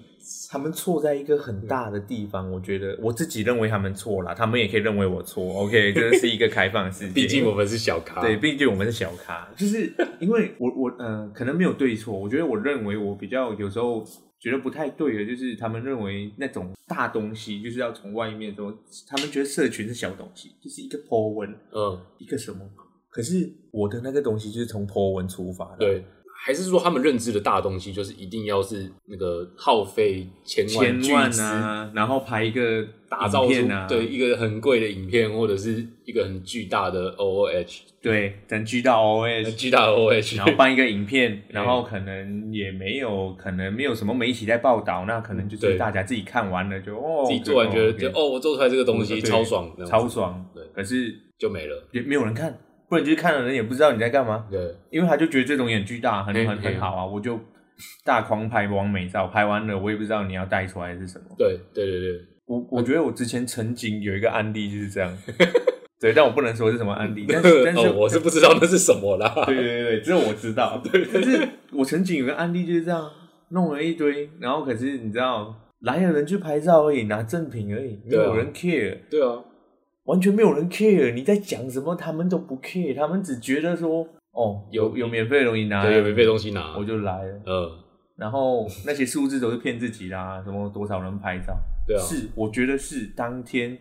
[SPEAKER 1] 他们错在一个很大的地方，我觉得我自己认为他们错了，他们也可以认为我错。OK，这 是一个开放的世界，
[SPEAKER 2] 毕竟我们是小咖，
[SPEAKER 1] 对，，毕竟我们是小咖，就是因为我我呃，可能没有对错，我觉得我认为我比较有时候觉得不太对的，就是他们认为那种大东西就是要从外面说，他们觉得社群是小东西，就是一个 po 文，
[SPEAKER 2] 嗯，
[SPEAKER 1] 一个什么，可是我的那个东西就是从 po 文出发的，
[SPEAKER 2] 对，还是说他们认知的大东西，就是一定要是那个耗费千万
[SPEAKER 1] 千
[SPEAKER 2] 巨
[SPEAKER 1] 万
[SPEAKER 2] 资
[SPEAKER 1] 啊，然后拍一个
[SPEAKER 2] 打造
[SPEAKER 1] 影
[SPEAKER 2] 出
[SPEAKER 1] 片啊，
[SPEAKER 2] 对一个很贵的影片，或者是一个很巨大的 OOH，
[SPEAKER 1] 对，咱 G 到 O S
[SPEAKER 2] 很 巨大的 OOH，
[SPEAKER 1] 然后办一个影 片，然后可能也没有，可能没有什么媒体在报道，那可能就
[SPEAKER 2] 嗯对
[SPEAKER 1] 是大家自己看完了就哦，
[SPEAKER 2] 自己做完觉得
[SPEAKER 1] 对
[SPEAKER 2] 就哦，我做出来这个东
[SPEAKER 1] 对
[SPEAKER 2] 西超爽，这样子
[SPEAKER 1] 超爽，
[SPEAKER 2] 对
[SPEAKER 1] 可是
[SPEAKER 2] 就没了。
[SPEAKER 1] 也没有人看，不然就是看的人也不知道你在干嘛，
[SPEAKER 2] 对，
[SPEAKER 1] 因为他就觉得这种也很巨大，很
[SPEAKER 2] 嗯
[SPEAKER 1] 很
[SPEAKER 2] 嗯
[SPEAKER 1] 很好啊，我就大狂拍完美照，拍完了我也不知道你要带出来是什么。
[SPEAKER 2] 对，对，对， 对，
[SPEAKER 1] 我我觉得我之前曾经有一个案例就是这 样，对，但我不能说是什么案例，但是但是
[SPEAKER 2] 哦，我是不知道那是什么啦。
[SPEAKER 1] 对对对，只有我知 道。对，可是我曾经有个案例就是这样，弄了一堆，然后可是你知道，来的人去拍照而已，拿赠品而已，没
[SPEAKER 2] 对啊
[SPEAKER 1] 有人 care，、
[SPEAKER 2] 对啊，
[SPEAKER 1] 完全没有人 care。你在讲什么，他们都不 care，他们只觉得说，哦，有有免费的东西拿，
[SPEAKER 2] 对，有免费东西拿
[SPEAKER 1] 我，就来了。
[SPEAKER 2] 嗯，
[SPEAKER 1] 然后那些数字都是骗自己啦，什么多少人拍照，
[SPEAKER 2] 对啊，
[SPEAKER 1] 是，我觉得是当天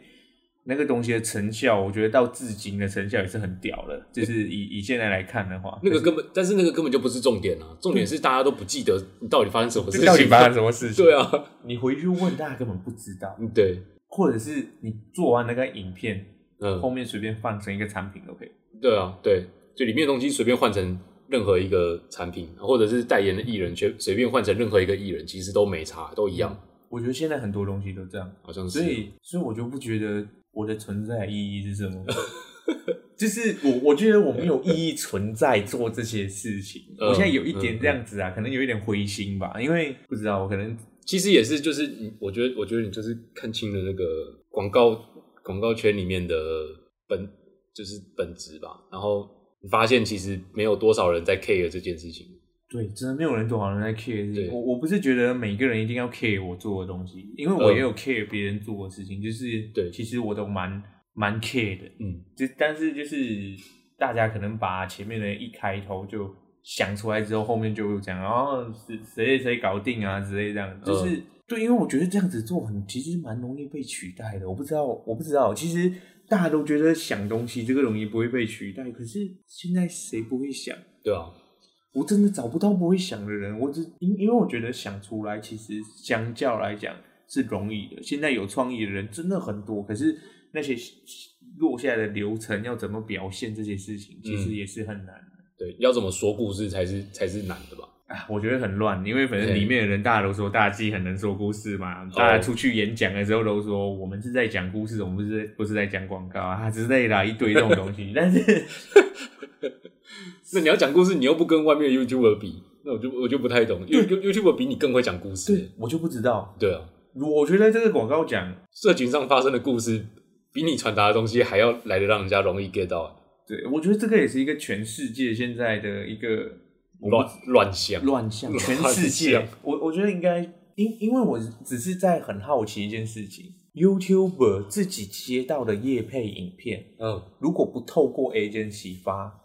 [SPEAKER 1] 那个东西的成效，我觉得到至今的成效也是很屌的，就是以以现在来看的话，
[SPEAKER 2] 那个根本，但是那个根本就不是重点啊，重点是大家都不记得你到底发生什么事
[SPEAKER 1] 这
[SPEAKER 2] 情，
[SPEAKER 1] 到底发生什么事情？
[SPEAKER 2] 对啊，
[SPEAKER 1] 你回去问大家根本不知道，
[SPEAKER 2] 嗯对，
[SPEAKER 1] 或者是你做完那个影片，后
[SPEAKER 2] 嗯，
[SPEAKER 1] 面随便放成一个产品都可以。
[SPEAKER 2] 对啊，对，就里面的东西随便换成任何一个产品，或者是代言的艺人，随随便换成任何一个艺人，其实都没差，都一样，
[SPEAKER 1] 我觉得现在很多东西都这样，
[SPEAKER 2] 好像是
[SPEAKER 1] 所，以所以我就不觉得我的存在意义是什么。 就是我，我觉得我没有意义存在做这些事 情。
[SPEAKER 2] 嗯
[SPEAKER 1] 我现在有一点这样子啊，可能有一点灰心吧，因为不知道我可能
[SPEAKER 2] 其实也是，就是你，我觉得，我觉得你就是看清了那个广告广告圈里面的本，就是本质吧。然后你发现其实没有多少人在 care 这件事情，
[SPEAKER 1] 对，真的没有人多少人在 care 这些
[SPEAKER 2] 对
[SPEAKER 1] 我我不是觉得每个人一定要 care 我做的东西，因为我也有 care 别人做的事情，就是
[SPEAKER 2] 嗯对
[SPEAKER 1] 其实我都蛮蛮 care 的。
[SPEAKER 2] 嗯，
[SPEAKER 1] 就但是就是大家可能把前面的一开头就想出来之后，后面就讲哦谁谁谁搞定啊之类这样，
[SPEAKER 2] 嗯
[SPEAKER 1] 就是、对，因为我觉得这样子做很其实蛮容易被取代的。我不知道，我不知道，其实大家都觉得想东西这个容易不会被取代，可是现在谁不会想？
[SPEAKER 2] 对啊，
[SPEAKER 1] 我真的找不到不会想的人，我只因因为我觉得想出来其实相较来讲是容易的。现在有创意的人真的很多，可是那些落下来的流程要怎么表现这些事情，其实也是很难的、
[SPEAKER 2] 对，要怎么说故事才是才是难的吧？
[SPEAKER 1] 啊。我觉得很乱，因为反正里面的人大家都说大家自己很能说故事嘛，大家出去演讲的时候都说我们是在讲故事，我们不是不是在讲广告啊之类的啊、一堆这种东西，但是。
[SPEAKER 2] 那你要讲故事，你又不跟外面的 YouTuber 比，那我就我就不太懂，You You YouTuber 比你更会讲故
[SPEAKER 1] 对
[SPEAKER 2] 事，，
[SPEAKER 1] 我就不知道。
[SPEAKER 2] 对啊，
[SPEAKER 1] 我觉得这个广告讲
[SPEAKER 2] 社群上发生的故事比你传达的东西还要来的让人家容易 get 到，
[SPEAKER 1] 对，我觉得这个也是一个全世界现在的一个我不
[SPEAKER 2] 乱乱想，
[SPEAKER 1] 乱象，
[SPEAKER 2] 乱
[SPEAKER 1] 全世界
[SPEAKER 2] 象。
[SPEAKER 1] 我我觉得应该，因因为我只是在很好奇一件事情，YouTuber 自己接到的业配影片，
[SPEAKER 2] 嗯
[SPEAKER 1] 如果不透过 agency 发，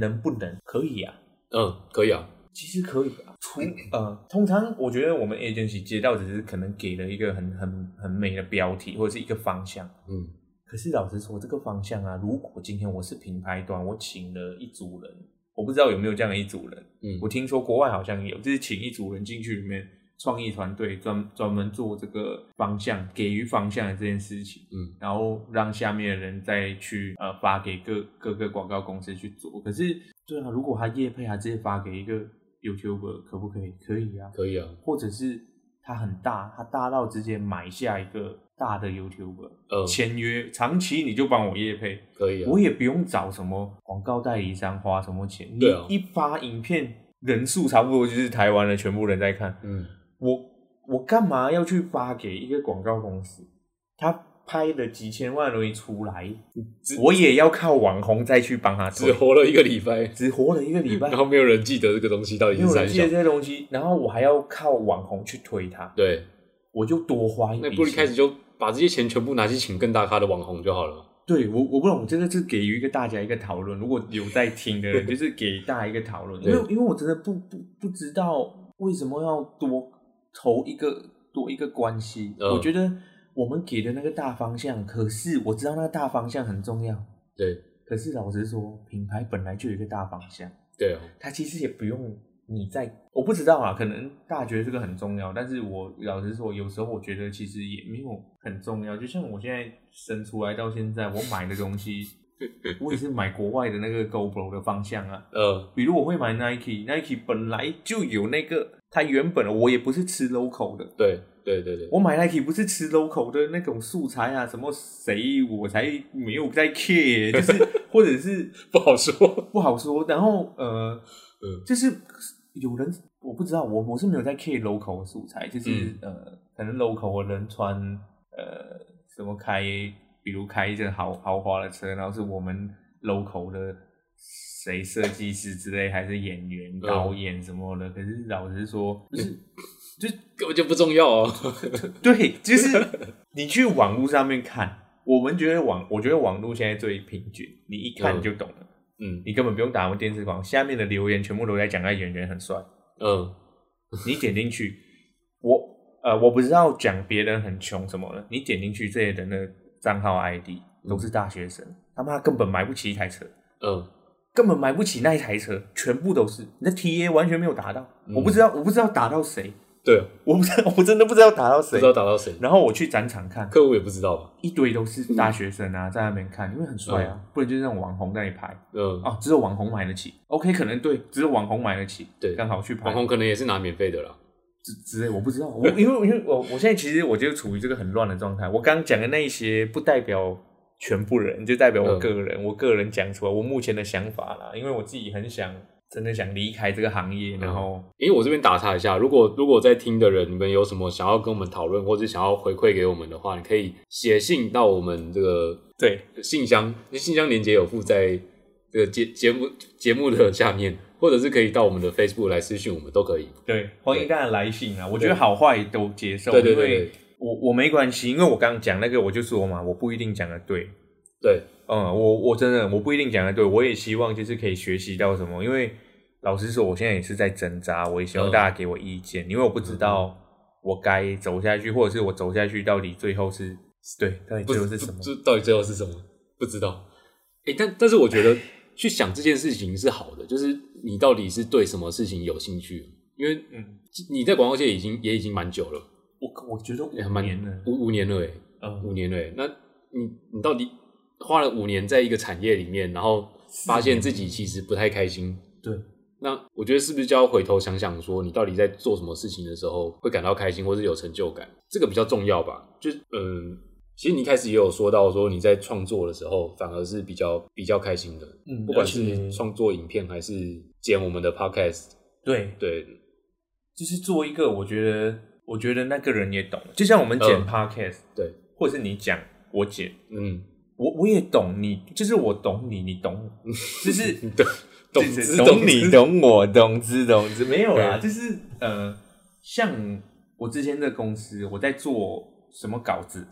[SPEAKER 1] 能不能？可以啊，
[SPEAKER 2] 嗯，可以啊，
[SPEAKER 1] 其实可以啊。除呃，通常我觉得我们 agency 接到只是可能给了一个很很很美的标题或者是一个方向，
[SPEAKER 2] 嗯。
[SPEAKER 1] 可是老实说，这个方向啊，如果今天我是品牌端，我请了一组人，我不知道有没有这样的一组人。
[SPEAKER 2] 嗯
[SPEAKER 1] 我听说国外好像有，就是请一组人进去里面创意团队专专门做这个方向，给予方向的这件事情，
[SPEAKER 2] 嗯，
[SPEAKER 1] 然后让下面的人再去呃发给各各个广告公司去做。可是对啊，如果他业配，他直接发给一个 YouTuber，可不可以？可以啊，
[SPEAKER 2] 可以啊，
[SPEAKER 1] 或者是他很大，他大到直接买下一个大的 YouTuber。
[SPEAKER 2] 呃，
[SPEAKER 1] 签约，长期你就帮我业配，
[SPEAKER 2] 可以啊，
[SPEAKER 1] 我也不用找什么广告代理商花什么钱。你
[SPEAKER 2] 对啊
[SPEAKER 1] 一发影片，人数差不多就是台湾的全部人在看。
[SPEAKER 2] 嗯，
[SPEAKER 1] 我我干嘛要去发给一个广告公司？他拍了几千万的东西出来，我也要靠网红再去帮他
[SPEAKER 2] 只
[SPEAKER 1] 推。
[SPEAKER 2] 活了一个礼拜，
[SPEAKER 1] 只活了一个礼拜
[SPEAKER 2] 然，后没有人记得这个东西到底
[SPEAKER 1] 没
[SPEAKER 2] 是
[SPEAKER 1] 有
[SPEAKER 2] 三
[SPEAKER 1] 人记
[SPEAKER 2] 小
[SPEAKER 1] 得，这些东西，然后我还要靠网红去推他。
[SPEAKER 2] 对，
[SPEAKER 1] 我就多花一笔
[SPEAKER 2] 那
[SPEAKER 1] 钱。
[SPEAKER 2] 不如一开始就把这些钱全部拿去请更大咖的网红就好了嘛。
[SPEAKER 1] 对我，我不懂，我真的是给予一个大家一个讨论。如果有在听的 人，就是给大家一个讨论，因为
[SPEAKER 2] 对
[SPEAKER 1] 因为我真的不不不知道为什么要多投一个多一个关系。
[SPEAKER 2] 嗯
[SPEAKER 1] 我觉得我们给的那个大方向，可是我知道那个大方向很重要，
[SPEAKER 2] 对
[SPEAKER 1] 可是老实说，品牌本来就有一个大方向，
[SPEAKER 2] 对啊，
[SPEAKER 1] 它其实也不用你在，我不知道啊，可能大家觉得这个很重要，但是我老实说，有时候我觉得其实也没有很重要。就像我现在生出来到现在，我买的东西，我也是买国外的那个 GoPro 的方向啊。
[SPEAKER 2] 呃，
[SPEAKER 1] 比如我会买 Nike，Nike 本来就有那个，它原本我也不是吃 local 的，
[SPEAKER 2] 对对对对，
[SPEAKER 1] 我买 Nike 不是吃 local 的那种素材啊，什么谁我才没有在 care，就是或者是
[SPEAKER 2] 不好说。
[SPEAKER 1] 不好说。然后呃，
[SPEAKER 2] 嗯
[SPEAKER 1] 就是有人我不知道，我我是没有在 care local 的素材，就是、
[SPEAKER 2] 嗯
[SPEAKER 1] 呃，可能 local 的人穿呃什么开，比如开一辆豪豪华的车，然后是我们 local 的谁设计师之类，还是演
[SPEAKER 2] 嗯
[SPEAKER 1] 员、导演什么的。可是老实说，就是
[SPEAKER 2] 根本就不重要哦。
[SPEAKER 1] 对，就是你去网络上面看。我们觉得网，我觉得网络现在最平均，你一看
[SPEAKER 2] 嗯
[SPEAKER 1] 就懂了，
[SPEAKER 2] 嗯
[SPEAKER 1] 你根本不用打什么电视广告，下面的留言全部都在讲那演员很帅，
[SPEAKER 2] 嗯，
[SPEAKER 1] 你点进去， 我呃，我不知道讲别人很穷什么的，你点进去这些人的账号 ID 都是大学生，他妈根本买不起一台车，
[SPEAKER 2] 嗯
[SPEAKER 1] 根本买不起那一台车，全部都是你的 TA 完全没有达到，
[SPEAKER 2] 嗯
[SPEAKER 1] 我不知道我不知道打到谁，
[SPEAKER 2] 对啊，
[SPEAKER 1] 我不知道 我真的不知道打到
[SPEAKER 2] 不
[SPEAKER 1] 谁
[SPEAKER 2] 知。道打到谁，
[SPEAKER 1] 然后我去展场看，
[SPEAKER 2] 客户也不知道吧？
[SPEAKER 1] 一堆都是大学生啊，在那边看，因为很帅啊，不然就是那种网红在那里拍
[SPEAKER 2] 嗯，
[SPEAKER 1] 哦，只有网红买得起，OK，可能对，只有网红买得起，
[SPEAKER 2] 对
[SPEAKER 1] 刚好去拍
[SPEAKER 2] 网红可能也是拿免费的啦。
[SPEAKER 1] 之之类，我不知道，我因为因为我我现在其实我就处于这个很乱的状态。我刚讲的那一些不代表全部人，就代表
[SPEAKER 2] 嗯
[SPEAKER 1] 我个人，我个人讲出来我目前的想法啦。因为我自己很想真的想离开这个行
[SPEAKER 2] 嗯
[SPEAKER 1] 业，然后
[SPEAKER 2] 因为我这边打岔一下，如果如果在听的人，你们有什么想要跟我们讨论，或者想要回馈给我们的话，你可以写信到我们这个
[SPEAKER 1] 对
[SPEAKER 2] 信箱，信箱连接有附在这个节节目节目的下面，或者是可以到我们的 Facebook 来私信我们都可以。
[SPEAKER 1] 对，欢迎大家来信啊！我觉得好坏都接受，
[SPEAKER 2] 对对
[SPEAKER 1] 因
[SPEAKER 2] 对
[SPEAKER 1] 为我我没关系，因为我刚刚讲那个我就说嘛，我不一定讲的对，
[SPEAKER 2] 对
[SPEAKER 1] 嗯，我我真的我不一定讲的对，我也希望就是可以学习到什么，因为老实说，我现在也是在挣扎，我也希望
[SPEAKER 2] 嗯
[SPEAKER 1] 大家给我意见，因为我不知道我该走下去，或者是我走下去到底最后是对，到底
[SPEAKER 2] 不
[SPEAKER 1] 最后是什么？
[SPEAKER 2] 这到底最后是什么？不知道。哎、但但是我觉得去想这件事情是好的，就是你到底是对什么事情有兴趣，因为
[SPEAKER 1] 嗯，
[SPEAKER 2] 你在广告界已经也已经蛮久了，
[SPEAKER 1] 我我觉得
[SPEAKER 2] 也
[SPEAKER 1] 五
[SPEAKER 2] 蛮
[SPEAKER 1] 年了，
[SPEAKER 2] 五五年了哎、
[SPEAKER 1] 嗯，
[SPEAKER 2] 五年了欸，那你你到底花了五年在一个产业里面，然后发现自己其实不太开心，
[SPEAKER 1] 对，
[SPEAKER 2] 那我觉得是不是就要回头想想，说你到底在做什么事情的时候会感到开心，或是有成就感，这个比较重要吧？就嗯，其实你一开始也有说到，说你在创作的时候反而是比较比较开心的，
[SPEAKER 1] 嗯
[SPEAKER 2] 不管
[SPEAKER 1] 而
[SPEAKER 2] 是
[SPEAKER 1] 且
[SPEAKER 2] 创作影片还是剪我们的 podcast，
[SPEAKER 1] 对，
[SPEAKER 2] 对，
[SPEAKER 1] 就是做一个，我觉得我觉得那个人也懂，就像我们剪
[SPEAKER 2] 嗯
[SPEAKER 1] podcast，、
[SPEAKER 2] 对，
[SPEAKER 1] 或者是你讲我剪，
[SPEAKER 2] 嗯，
[SPEAKER 1] 我我也懂你，就是我懂你，你懂 我，就是。
[SPEAKER 2] 懂懂
[SPEAKER 1] 就是
[SPEAKER 2] 之
[SPEAKER 1] 懂你
[SPEAKER 2] 之
[SPEAKER 1] 懂我懂之懂之，没有啦，
[SPEAKER 2] 嗯
[SPEAKER 1] 就是呃，像我之前的公司，我在做什么稿子，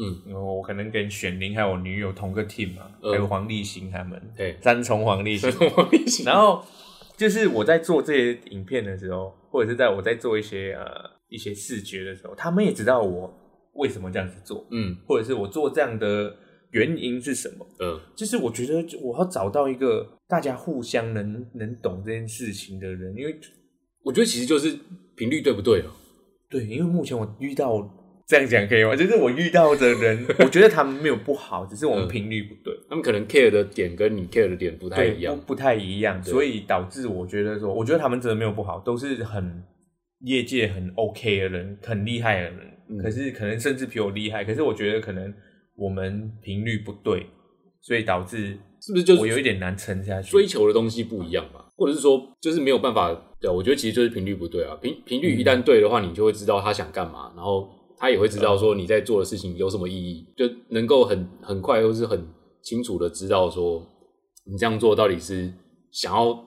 [SPEAKER 2] 嗯，
[SPEAKER 1] 因为我可能跟选林还有我女友同个 team 嘛，
[SPEAKER 2] 嗯
[SPEAKER 1] 还有黄立行他们，
[SPEAKER 2] 对
[SPEAKER 1] 三重黄 立行，
[SPEAKER 2] 我一起
[SPEAKER 1] 然后就是我在做这些影片的时候，或者是在我在做一些呃一些视觉的时候，他们也知道我为什么这样子做，
[SPEAKER 2] 嗯
[SPEAKER 1] 或者是我做这样的原因是什么。
[SPEAKER 2] 嗯
[SPEAKER 1] 就是我觉得我要找到一个大家互相能能懂这件事情的人，因为
[SPEAKER 2] 我觉得其实就是频率对不啊对了。
[SPEAKER 1] 对，因为目前我遇到这样讲可以吗？ 就是我遇到的人，我觉得他们没有不好，只是我们
[SPEAKER 2] 嗯
[SPEAKER 1] 频率不 对，
[SPEAKER 2] 他们可能 care 的点跟你 care 的点不太
[SPEAKER 1] 对，
[SPEAKER 2] 一样
[SPEAKER 1] 不。不太一样，
[SPEAKER 2] 对
[SPEAKER 1] 所以导致我觉得说，我觉得他们真的没有不好，都是很业界很 OK 的人，很厉害的人，
[SPEAKER 2] 嗯
[SPEAKER 1] 可是可能甚至比我厉害，可是我觉得可能我们频率不对，所以导致
[SPEAKER 2] 是不是就
[SPEAKER 1] 我有一
[SPEAKER 2] 是
[SPEAKER 1] 点难撑下去。
[SPEAKER 2] 追求的东西不一样吧？或者是说，就是没有办法？对啊，我觉得其实就是频率不对啊。频频率一旦对的话，你就会知道他想干嘛，然后他也会知道说你在做的事情有什么意义，就能够很很快或是很清楚的知道说你这样做到底是想要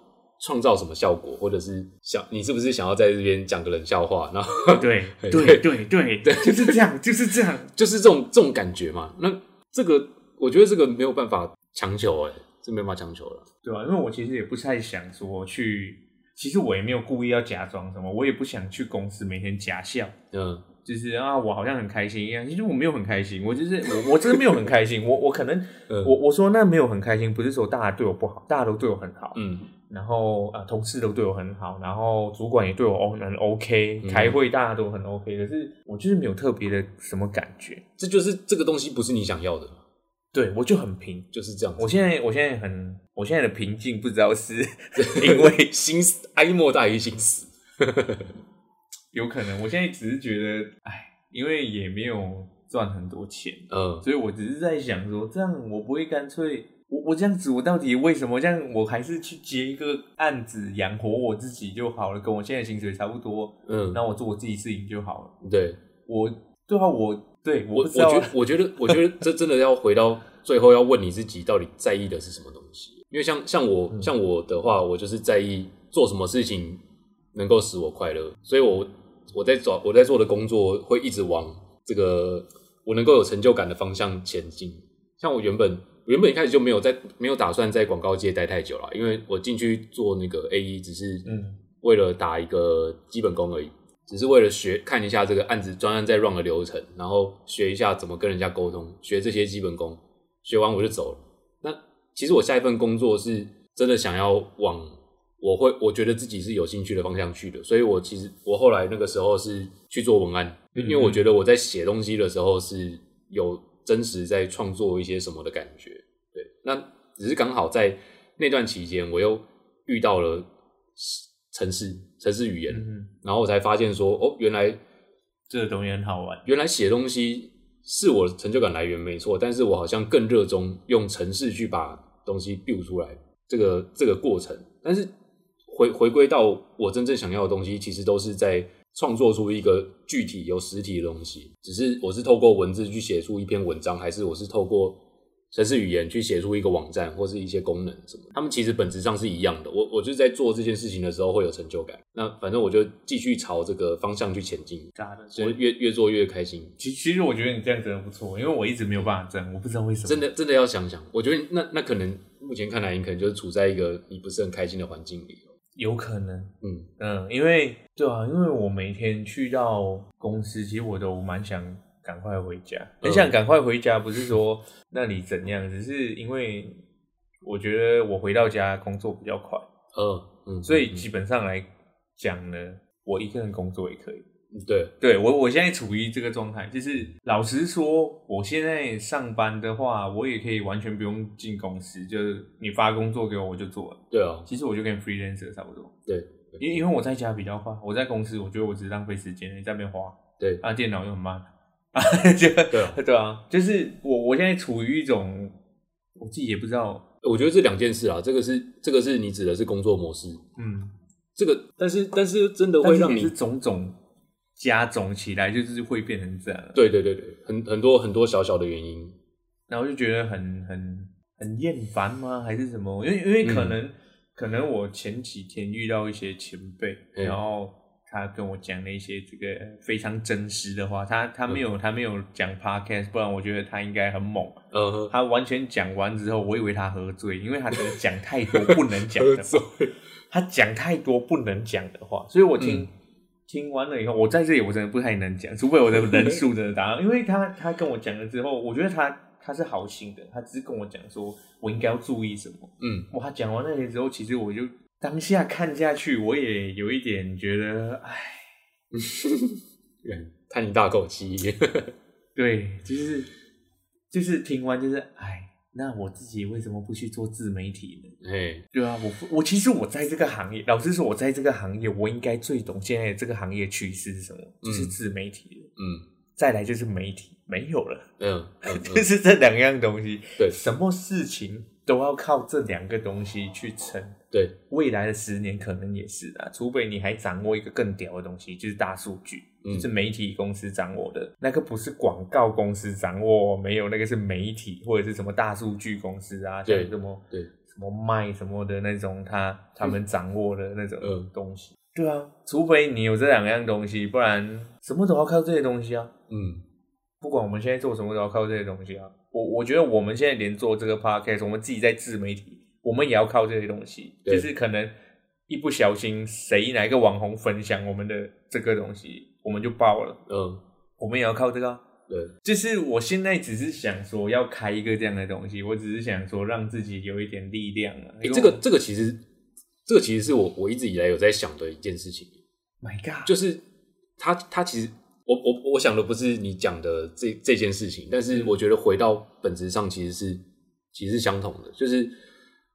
[SPEAKER 2] 创造什么效果，或者是想你是不是想要在这边讲个冷笑话，然后
[SPEAKER 1] 对
[SPEAKER 2] 对
[SPEAKER 1] 对对对对，就是这样，就是这样。
[SPEAKER 2] 就是这种这种感觉嘛。那这个我觉得这个没有办法强求、欸，哎，这没办法强求了。
[SPEAKER 1] 对啊，因为我其实也不太想说去，其实我也没有故意要假装什么，我也不想去公司每天假笑，
[SPEAKER 2] 嗯，
[SPEAKER 1] 就是啊，我好像很开心一样。其实我没有很开心，我就是我，我真的没有很开心。我我可能
[SPEAKER 2] 嗯
[SPEAKER 1] 我我说那没有很开心，不是说大家对我不好，大家都对我很好，
[SPEAKER 2] 嗯
[SPEAKER 1] 然后啊、呃同事都对我很好，然后主管也对我哦很 OK，
[SPEAKER 2] 嗯
[SPEAKER 1] 开会大家都很 OK，可是我就是没有特别的什么感觉，
[SPEAKER 2] 这就是这个东西不是你想要的，
[SPEAKER 1] 对我就很平。
[SPEAKER 2] 就是这样子。
[SPEAKER 1] 我现在我现在很我现在的平静，不知道是 因为
[SPEAKER 2] 心死，哀莫大于心死。
[SPEAKER 1] 有可能，我现在只是觉得，哎，因为也没有赚很多钱，
[SPEAKER 2] 嗯，
[SPEAKER 1] 所以我只是在想说，这样我不会干脆，我我这样子，我到底为什么这样？我还是去接一个案子养活我自己就好了，跟我现在薪水差不多，
[SPEAKER 2] 嗯，
[SPEAKER 1] 那我做我自己事情就好了。
[SPEAKER 2] 对
[SPEAKER 1] 我对啊，我对
[SPEAKER 2] 我，
[SPEAKER 1] 我
[SPEAKER 2] 我
[SPEAKER 1] 不知道
[SPEAKER 2] 觉
[SPEAKER 1] 啊
[SPEAKER 2] 得，我觉得，我觉得这真的要回到最后，要问你自己到底在意的是什么东西。因为像像我、
[SPEAKER 1] 嗯
[SPEAKER 2] 像我的话，我就是在意做什么事情能够使我快乐，所以我我在找我在做的工作会一直往这个我能够有成就感的方向前进。像我原本我原本一开始就没有在没有打算在广告界待太久了，因为我进去做那个 A E 只是
[SPEAKER 1] 嗯
[SPEAKER 2] 为了打一个基本功而已，只是为了学看一下这个案子专案在 run 的流程，然后学一下怎么跟人家沟通，学这些基本功，学完我就走了。那其实我下一份工作是真的想要往我会我觉得自己是有兴趣的方向去的，所以我其实我后来那个时候是去做文案，
[SPEAKER 1] 嗯
[SPEAKER 2] 因为我觉得我在写东西的时候是有真实在创作一些什么的感觉。对，那只是刚好在那段期间，我又遇到了城市城市语言，
[SPEAKER 1] 嗯，
[SPEAKER 2] 然后我才发现说，哦，原来
[SPEAKER 1] 这个东西很好玩。
[SPEAKER 2] 原来写东西是我成就感来源没错，但是我好像更热衷用程式去把东西 build 出来这个这个过程。但是回回归到我真正想要的东西，其实都是在创作出一个具体有实体的东西。只是我是透过文字去写出一篇文章，还是我是透过程式语言去写出一个网站或是一些功能什么的，他们其实本质上是一样的。我我就是在做这件事情的时候会有成就感。那反正我就继续朝这个方向去前进。
[SPEAKER 1] 假的，
[SPEAKER 2] 所以越越做越开心。
[SPEAKER 1] 其其实我觉得你这样真的不错，因为我一直没有办法这样，我不知道为什么。
[SPEAKER 2] 真的真的要想想，我觉得那那可能目前看来，你可能就是处在一个你不是很开心的环境里。
[SPEAKER 1] 有可能，
[SPEAKER 2] 嗯
[SPEAKER 1] 嗯，因为对啊，因为我每天去到公司，其实我都蛮想赶快回家，很想赶快回家，不是说那里怎样，只是因为我觉得我回到家工作比较快，
[SPEAKER 2] 呃嗯，
[SPEAKER 1] 所以
[SPEAKER 2] 嗯
[SPEAKER 1] 基本上来讲呢，我一个人工作也可以。
[SPEAKER 2] 嗯对，
[SPEAKER 1] 对我，我现在处于这个状态，就是老实说，我现在上班的话，我也可以完全不用进公司，就是你发工作给我，我就做了。
[SPEAKER 2] 对啊，
[SPEAKER 1] 其实我就跟 freelancer 差不多。
[SPEAKER 2] 对，
[SPEAKER 1] 因因为我在家比较快，我在公司我觉得我只是浪费时间在那边花，
[SPEAKER 2] 对
[SPEAKER 1] 啊，电脑又很慢， 啊，就
[SPEAKER 2] 对啊，
[SPEAKER 1] 对啊，就是我我现在处于一种我自己也不知道，
[SPEAKER 2] 我觉得这两件事啊，这个是这个是你指的是工作模式，
[SPEAKER 1] 嗯，
[SPEAKER 2] 这个但是但是真的
[SPEAKER 1] 但
[SPEAKER 2] 会
[SPEAKER 1] 是
[SPEAKER 2] 让
[SPEAKER 1] 也
[SPEAKER 2] 你
[SPEAKER 1] 是种种加总起来，就是会变成这样，啊
[SPEAKER 2] 对对对对，很很多很多小小的原因，
[SPEAKER 1] 然后就觉得很很很厌烦吗？还是什么？因为因为可能、可能我前几天遇到一些前辈，
[SPEAKER 2] 嗯
[SPEAKER 1] 然后他跟我讲了一些这个非常真实的话，他他没有、他没有讲 podcast，不然我觉得他应该很猛。
[SPEAKER 2] 嗯、呃，
[SPEAKER 1] 他完全讲完之后，我以为他喝醉，因为他真的讲太多不能讲的话，他讲太多不能讲的话，所以我听、
[SPEAKER 2] 嗯
[SPEAKER 1] 听完了以后，我在这里我真的不太能讲，除非我的人数真的达到，因为他他跟我讲了之后，我觉得他他是好心的，他只是跟我讲说我应该要注意什么。
[SPEAKER 2] 嗯，
[SPEAKER 1] 哇，他讲完那些之后，其实我就当下看下去，我也有一点觉得，哎，
[SPEAKER 2] 叹一大口气，
[SPEAKER 1] 对，就是就是听完就是哎。那我自己为什么不去做自媒体呢？
[SPEAKER 2] 哎，
[SPEAKER 1] 对啊，我不我其实我在这个行业，老实说，我在这个行业，我应该最懂现在这个行业趋势是什么，就是自媒体了
[SPEAKER 2] 嗯
[SPEAKER 1] 再来就是媒体，没有了，
[SPEAKER 2] 嗯嗯，
[SPEAKER 1] 就
[SPEAKER 2] 嗯
[SPEAKER 1] 是这两样东西。
[SPEAKER 2] 对
[SPEAKER 1] 什么事情都要靠这两个东西去撑。
[SPEAKER 2] 对，
[SPEAKER 1] 未来的十年可能也是啊，除非你还掌握一个更屌的东西，就是大数据，
[SPEAKER 2] 嗯
[SPEAKER 1] 就是媒体公司掌握的那个，不是广告哦公司掌握，没有那个是媒体或者是什么大数据公司啊，像
[SPEAKER 2] 对
[SPEAKER 1] 什么
[SPEAKER 2] 对
[SPEAKER 1] 什么卖什么的那种他他们掌握的那种
[SPEAKER 2] 嗯
[SPEAKER 1] 东西。对啊，除非你有这两样东西，不然什么都要靠这些东西啊。
[SPEAKER 2] 嗯，
[SPEAKER 1] 不管我们现在做什么，都要靠这些东西啊。我我觉得我们现在连做这个 podcast，我们自己在自媒体，我们也要靠这些东西。
[SPEAKER 2] 对
[SPEAKER 1] 就是可能一不小心，谁哪一个网红分享我们的这个东西，我们就爆了。
[SPEAKER 2] 嗯，
[SPEAKER 1] 我们也要靠这个、啊。
[SPEAKER 2] 对，
[SPEAKER 1] 就是我现在只是想说要开一个这样的东西，我只是想说让自己有一点力量啊。
[SPEAKER 2] 欸
[SPEAKER 1] 因为
[SPEAKER 2] 这个这个其实这个其实是我我一直以来有在想的一件事情，
[SPEAKER 1] 我 My God，
[SPEAKER 2] 就是他他其实我我我想的不是你讲的这这件事情，但是我觉得回到本质上其实是其实是相同的，就是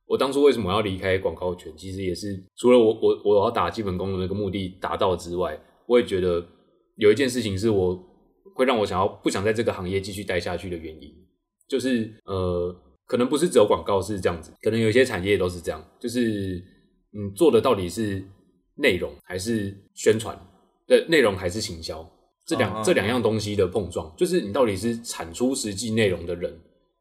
[SPEAKER 2] 我当初为什么要离开广告圈，其实也是除了我我我要打基本功的那个目的达到之外，我也觉得有一件事情是我会让我想要不想在这个行业继续待下去的原因，就是呃，可能不是只有广告是这样子，可能有一些产业都是这样，就是嗯，做的到底是内容还是宣传的内容还是行销，这两、
[SPEAKER 1] 啊啊
[SPEAKER 2] 这两样东西的碰撞，就是你到底是产出实际内容的人，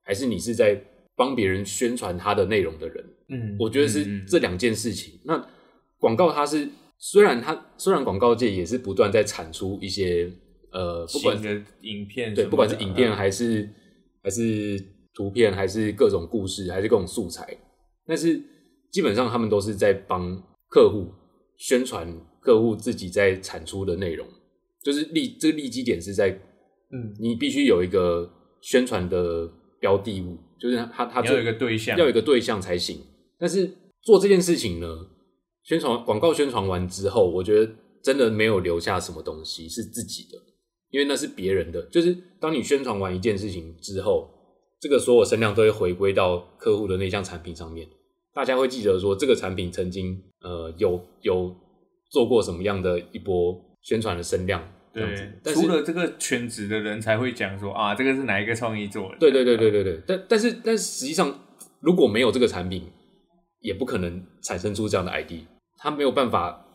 [SPEAKER 2] 还是你是在帮别人宣传他的内容的人？
[SPEAKER 1] 嗯
[SPEAKER 2] 我觉得
[SPEAKER 1] 嗯
[SPEAKER 2] 是
[SPEAKER 1] 嗯
[SPEAKER 2] 这两件事情。那广告它是虽然它虽然广告界也是不断在产出一些呃，不管
[SPEAKER 1] 新的影片什
[SPEAKER 2] 对，
[SPEAKER 1] 么的
[SPEAKER 2] 不管是影片
[SPEAKER 1] 啊
[SPEAKER 2] 还是还是图片，还是各种故事，还是各种素材，但是基本上他们都是在帮客户宣传客户自己在产出的内容，就是立这个立基点是在
[SPEAKER 1] 嗯，
[SPEAKER 2] 你必须有一个宣传的标的物，就是他他
[SPEAKER 1] 你要有一个对象，
[SPEAKER 2] 要有一个对象才行。但是做这件事情呢，宣传广告宣传完之后，我觉得真的没有留下什么东西是自己的，因为那是别人的。就是当你宣传完一件事情之后，这个所有声量都会回归到客户的那项产品上面，大家会记得说这个产品曾经呃有有做过什么样的一波宣传的声量。这样子
[SPEAKER 1] 对，
[SPEAKER 2] 但是
[SPEAKER 1] 除了这个圈子的人才会讲说啊，这个是哪一个创意做的？
[SPEAKER 2] 对对对对对对，但但是但是实际上，如果没有这个产品，也不可能产生出这样的 ID，他没有办法，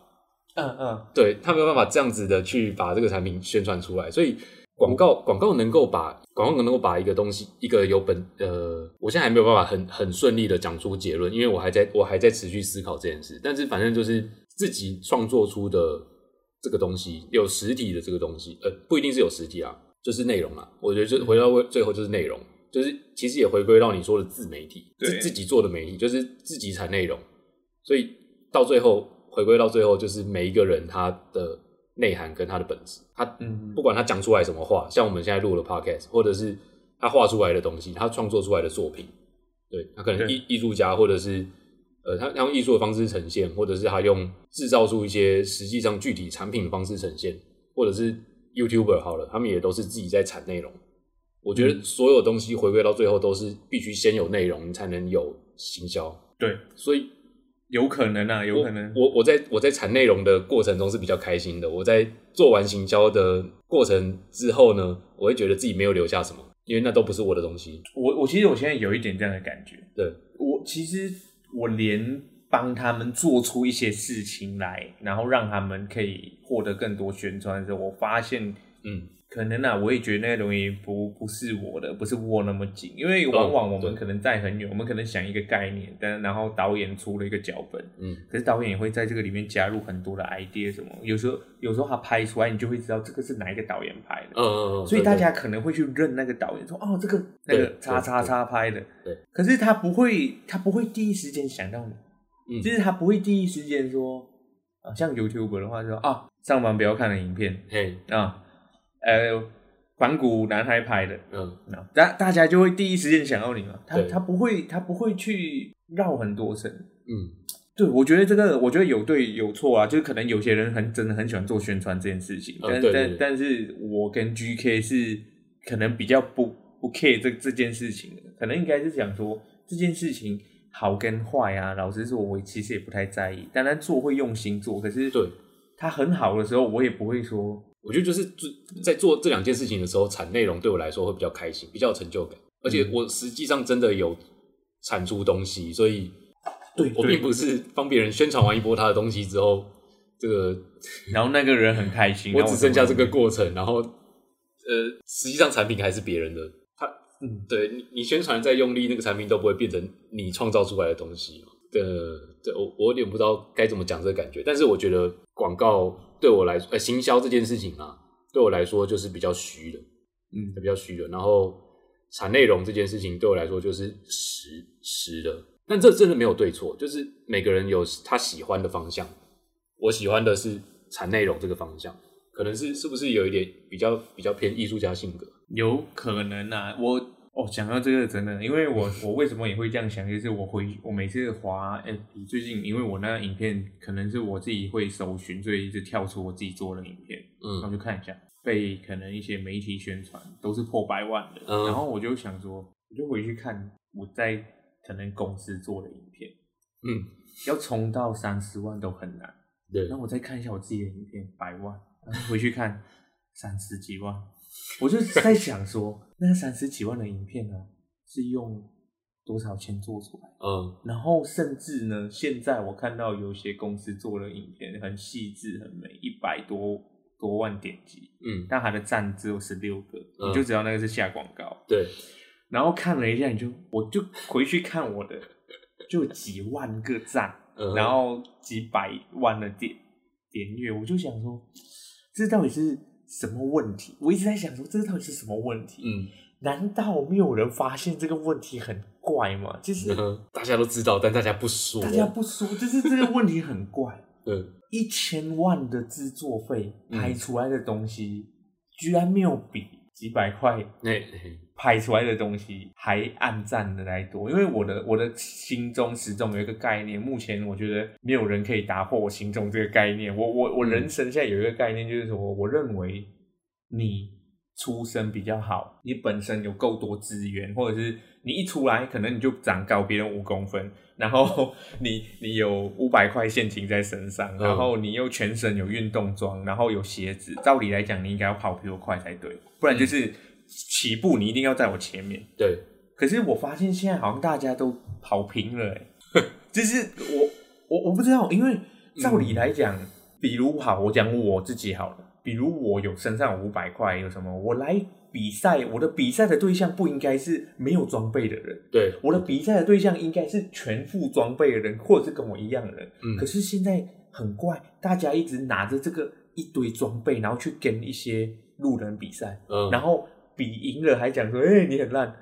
[SPEAKER 1] 嗯嗯，
[SPEAKER 2] 对他没有办法这样子的去把这个产品宣传出来，所以。广告广告能够把广告能够把一个东西一个有本呃，我现在还没有办法很很顺利的讲出结论，因为我还在我还在持续思考这件事。但是反正就是自己创作出的这个东西，有实体的这个东西，呃，不一定是有实体啊，就是内容啦。我觉得就回到最后就是内容，就是其实也回归到你说的自媒体，
[SPEAKER 1] 对
[SPEAKER 2] 自自己做的媒体，就是自己产内容。所以到最后回归到最后，就是每一个人他的内涵跟他的本质，他
[SPEAKER 1] 嗯
[SPEAKER 2] 不管他讲出来什么话，像我们现在录的 podcast，或者是他画出来的东西，他创作出来的作品，对他可能
[SPEAKER 1] 对
[SPEAKER 2] 艺艺术家，或者是呃，他他用艺术的方式呈现，或者是他用制造出一些实际上具体产品的方式呈现，或者是 YouTuber 好了，他们也都是自己在产内容。我觉
[SPEAKER 1] 嗯
[SPEAKER 2] 得所有东西回归到最后都是必须先有内容，你才能有行销。
[SPEAKER 1] 对，
[SPEAKER 2] 所以
[SPEAKER 1] 有可能啊，有可能。
[SPEAKER 2] 我我在我在产内容的过程中是比较开心的。我在做完行销的过程之后呢，我会觉得自己没有留下什么，因为那都不是我的东西。
[SPEAKER 1] 我我其实我现在有一点这样的感觉，
[SPEAKER 2] 对，
[SPEAKER 1] 我其实我连帮他们做出一些事情来，然后让他们可以获得更多宣传的时候，我发现
[SPEAKER 2] 嗯，
[SPEAKER 1] 可能啊，我也觉得那个东西不不是我的，不是握那么紧，因为往往我们
[SPEAKER 2] 对
[SPEAKER 1] 可能在很远，我们可能想一个概念，但然后导演出了一个脚本，
[SPEAKER 2] 嗯，
[SPEAKER 1] 可是导演也会在这个里面加入很多的 idea 什么，有时候有时候他拍出来，你就会知道这个是哪一个导演拍的，
[SPEAKER 2] 呃，
[SPEAKER 1] 所以大
[SPEAKER 2] 对
[SPEAKER 1] 家可能会去认那个导演，说哦，这个那
[SPEAKER 2] 对
[SPEAKER 1] 个叉叉叉拍的，
[SPEAKER 2] 对
[SPEAKER 1] 可是他不会，他不会第一时间想到你，
[SPEAKER 2] 嗯
[SPEAKER 1] 就是他不会第一时间说，啊，像 YouTube 的话就说啊，上班不要看的影片
[SPEAKER 2] 对嘿，
[SPEAKER 1] 啊，呃，反骨男孩拍的，
[SPEAKER 2] 嗯，
[SPEAKER 1] 那大大家就会第一时间想到你嘛，他
[SPEAKER 2] 对
[SPEAKER 1] 他不会，他不会去绕很多层。
[SPEAKER 2] 嗯，
[SPEAKER 1] 对，我觉得这个，我觉得有对有错啊，就是可能有些人很真的很喜欢做宣传这件事情，
[SPEAKER 2] 嗯
[SPEAKER 1] 但、
[SPEAKER 2] 对对对
[SPEAKER 1] 但但是我跟 GK 是可能比较不不 care 这这件事情的，可能应该是想说这件事情好跟坏啊，老实说，我其实也不太在意，当然做会用心做，可是
[SPEAKER 2] 对，
[SPEAKER 1] 它很好的时候，我也不会说
[SPEAKER 2] 我觉得就是做在做这两件事情的时候，产内容对我来说会比较开心，比较有成就感，而
[SPEAKER 1] 嗯
[SPEAKER 2] 且我实际上真的有产出东西，所以
[SPEAKER 1] 对
[SPEAKER 2] 我并不是帮别人宣传完一波他的东西之后，这个
[SPEAKER 1] 然后那个人很开心，
[SPEAKER 2] 我
[SPEAKER 1] 然后
[SPEAKER 2] 只剩下这
[SPEAKER 1] 就
[SPEAKER 2] 个过程，然后呃，实际上产品还是别人的，他
[SPEAKER 1] 嗯，
[SPEAKER 2] 对你你宣传再用力，那个产品都不会变成你创造出来的东西嘛。对对，我我有点不知道该怎么讲这个感觉，但是我觉得广告对我来说，呃，行销这件事情啊，对我来说就是比较虚的，
[SPEAKER 1] 嗯
[SPEAKER 2] 比较虚的。然后产内容这件事情对我来说就是实实的，但这真的没有对错，就是每个人有他喜欢的方向。我喜欢的是产内容这个方向，可能是是不是有一点比较比较偏艺术家性格？
[SPEAKER 1] 有可能啊。我哦，讲到这个真的，因为我我为什么也会这样想，就是我回我每次滑 FB，最近因为我那个影片可能是我自己会搜寻，所以一直跳出我自己做的影片，然后
[SPEAKER 2] 嗯
[SPEAKER 1] 就看一下，被可能一些媒体宣传都是破百万的，
[SPEAKER 2] 嗯
[SPEAKER 1] 然后我就想说，我就回去看我在可能公司做的影片，
[SPEAKER 2] 嗯，
[SPEAKER 1] 要冲到三十万都很难。
[SPEAKER 2] 对
[SPEAKER 1] 然后我再看一下我自己的影片，百 万，然后回去看三十几万，我就在想说，那三十几万的影片呢、是用多少钱做出来？
[SPEAKER 2] 嗯
[SPEAKER 1] 然后甚至呢，现在我看到有些公司做的影片很细致、很美，一百多多万点击，
[SPEAKER 2] 嗯，
[SPEAKER 1] 但它的赞只有十六个，
[SPEAKER 2] 嗯
[SPEAKER 1] 你就知道那个是下广告。
[SPEAKER 2] 对，
[SPEAKER 1] 然后看了一下，你就我就回去看我的，就有几万个赞，
[SPEAKER 2] 嗯
[SPEAKER 1] 然后几百万的点点阅，我就想说，这到底是什么问题？我一直在想说，这到底是什么问题？
[SPEAKER 2] 嗯
[SPEAKER 1] 难道没有人发现这个问题很怪吗？就是
[SPEAKER 2] 嗯，大家都知道，但大家不说，
[SPEAKER 1] 大家不说，就是这个问题很怪。
[SPEAKER 2] 嗯
[SPEAKER 1] 一千万的制作费
[SPEAKER 2] 嗯
[SPEAKER 1] 拍出来的东西，居然没有比几百块
[SPEAKER 2] 那嘿
[SPEAKER 1] 拍出来的东西还暗赞的来多，因为我的我的心中始终有一个概念，目前我觉得没有人可以打破我心中这个概念。我我我
[SPEAKER 2] 嗯
[SPEAKER 1] 人生现在有一个概念，就是说，我认为你出身比较好，你本身有够多资源，或者是你一出来可能你就长高别人五公分，然后 你你有五百块现金在身上，
[SPEAKER 2] 嗯
[SPEAKER 1] 然后你又全身有运动装，然后有鞋子，照理来讲你应该要跑比我快才对，不然就是起步你一定要在我前面。
[SPEAKER 2] 对，
[SPEAKER 1] 可是我发现现在好像大家都跑平了、欸， 就是我我我不知道，因为照理来讲，比如好，我讲我自己好了，比如我有身上有五百块，有什么，我来比赛，我的比赛的对象不应该是没有装备的人，
[SPEAKER 2] 对，
[SPEAKER 1] 我的比赛的对象应该是全副装备的人，或者是跟我一样的人。
[SPEAKER 2] 嗯
[SPEAKER 1] 可是现在很怪，大家一直拿着这个一堆装备，然后去跟一些路人比赛，
[SPEAKER 2] 嗯，
[SPEAKER 1] 然后比赢了还讲说，哎、你很烂。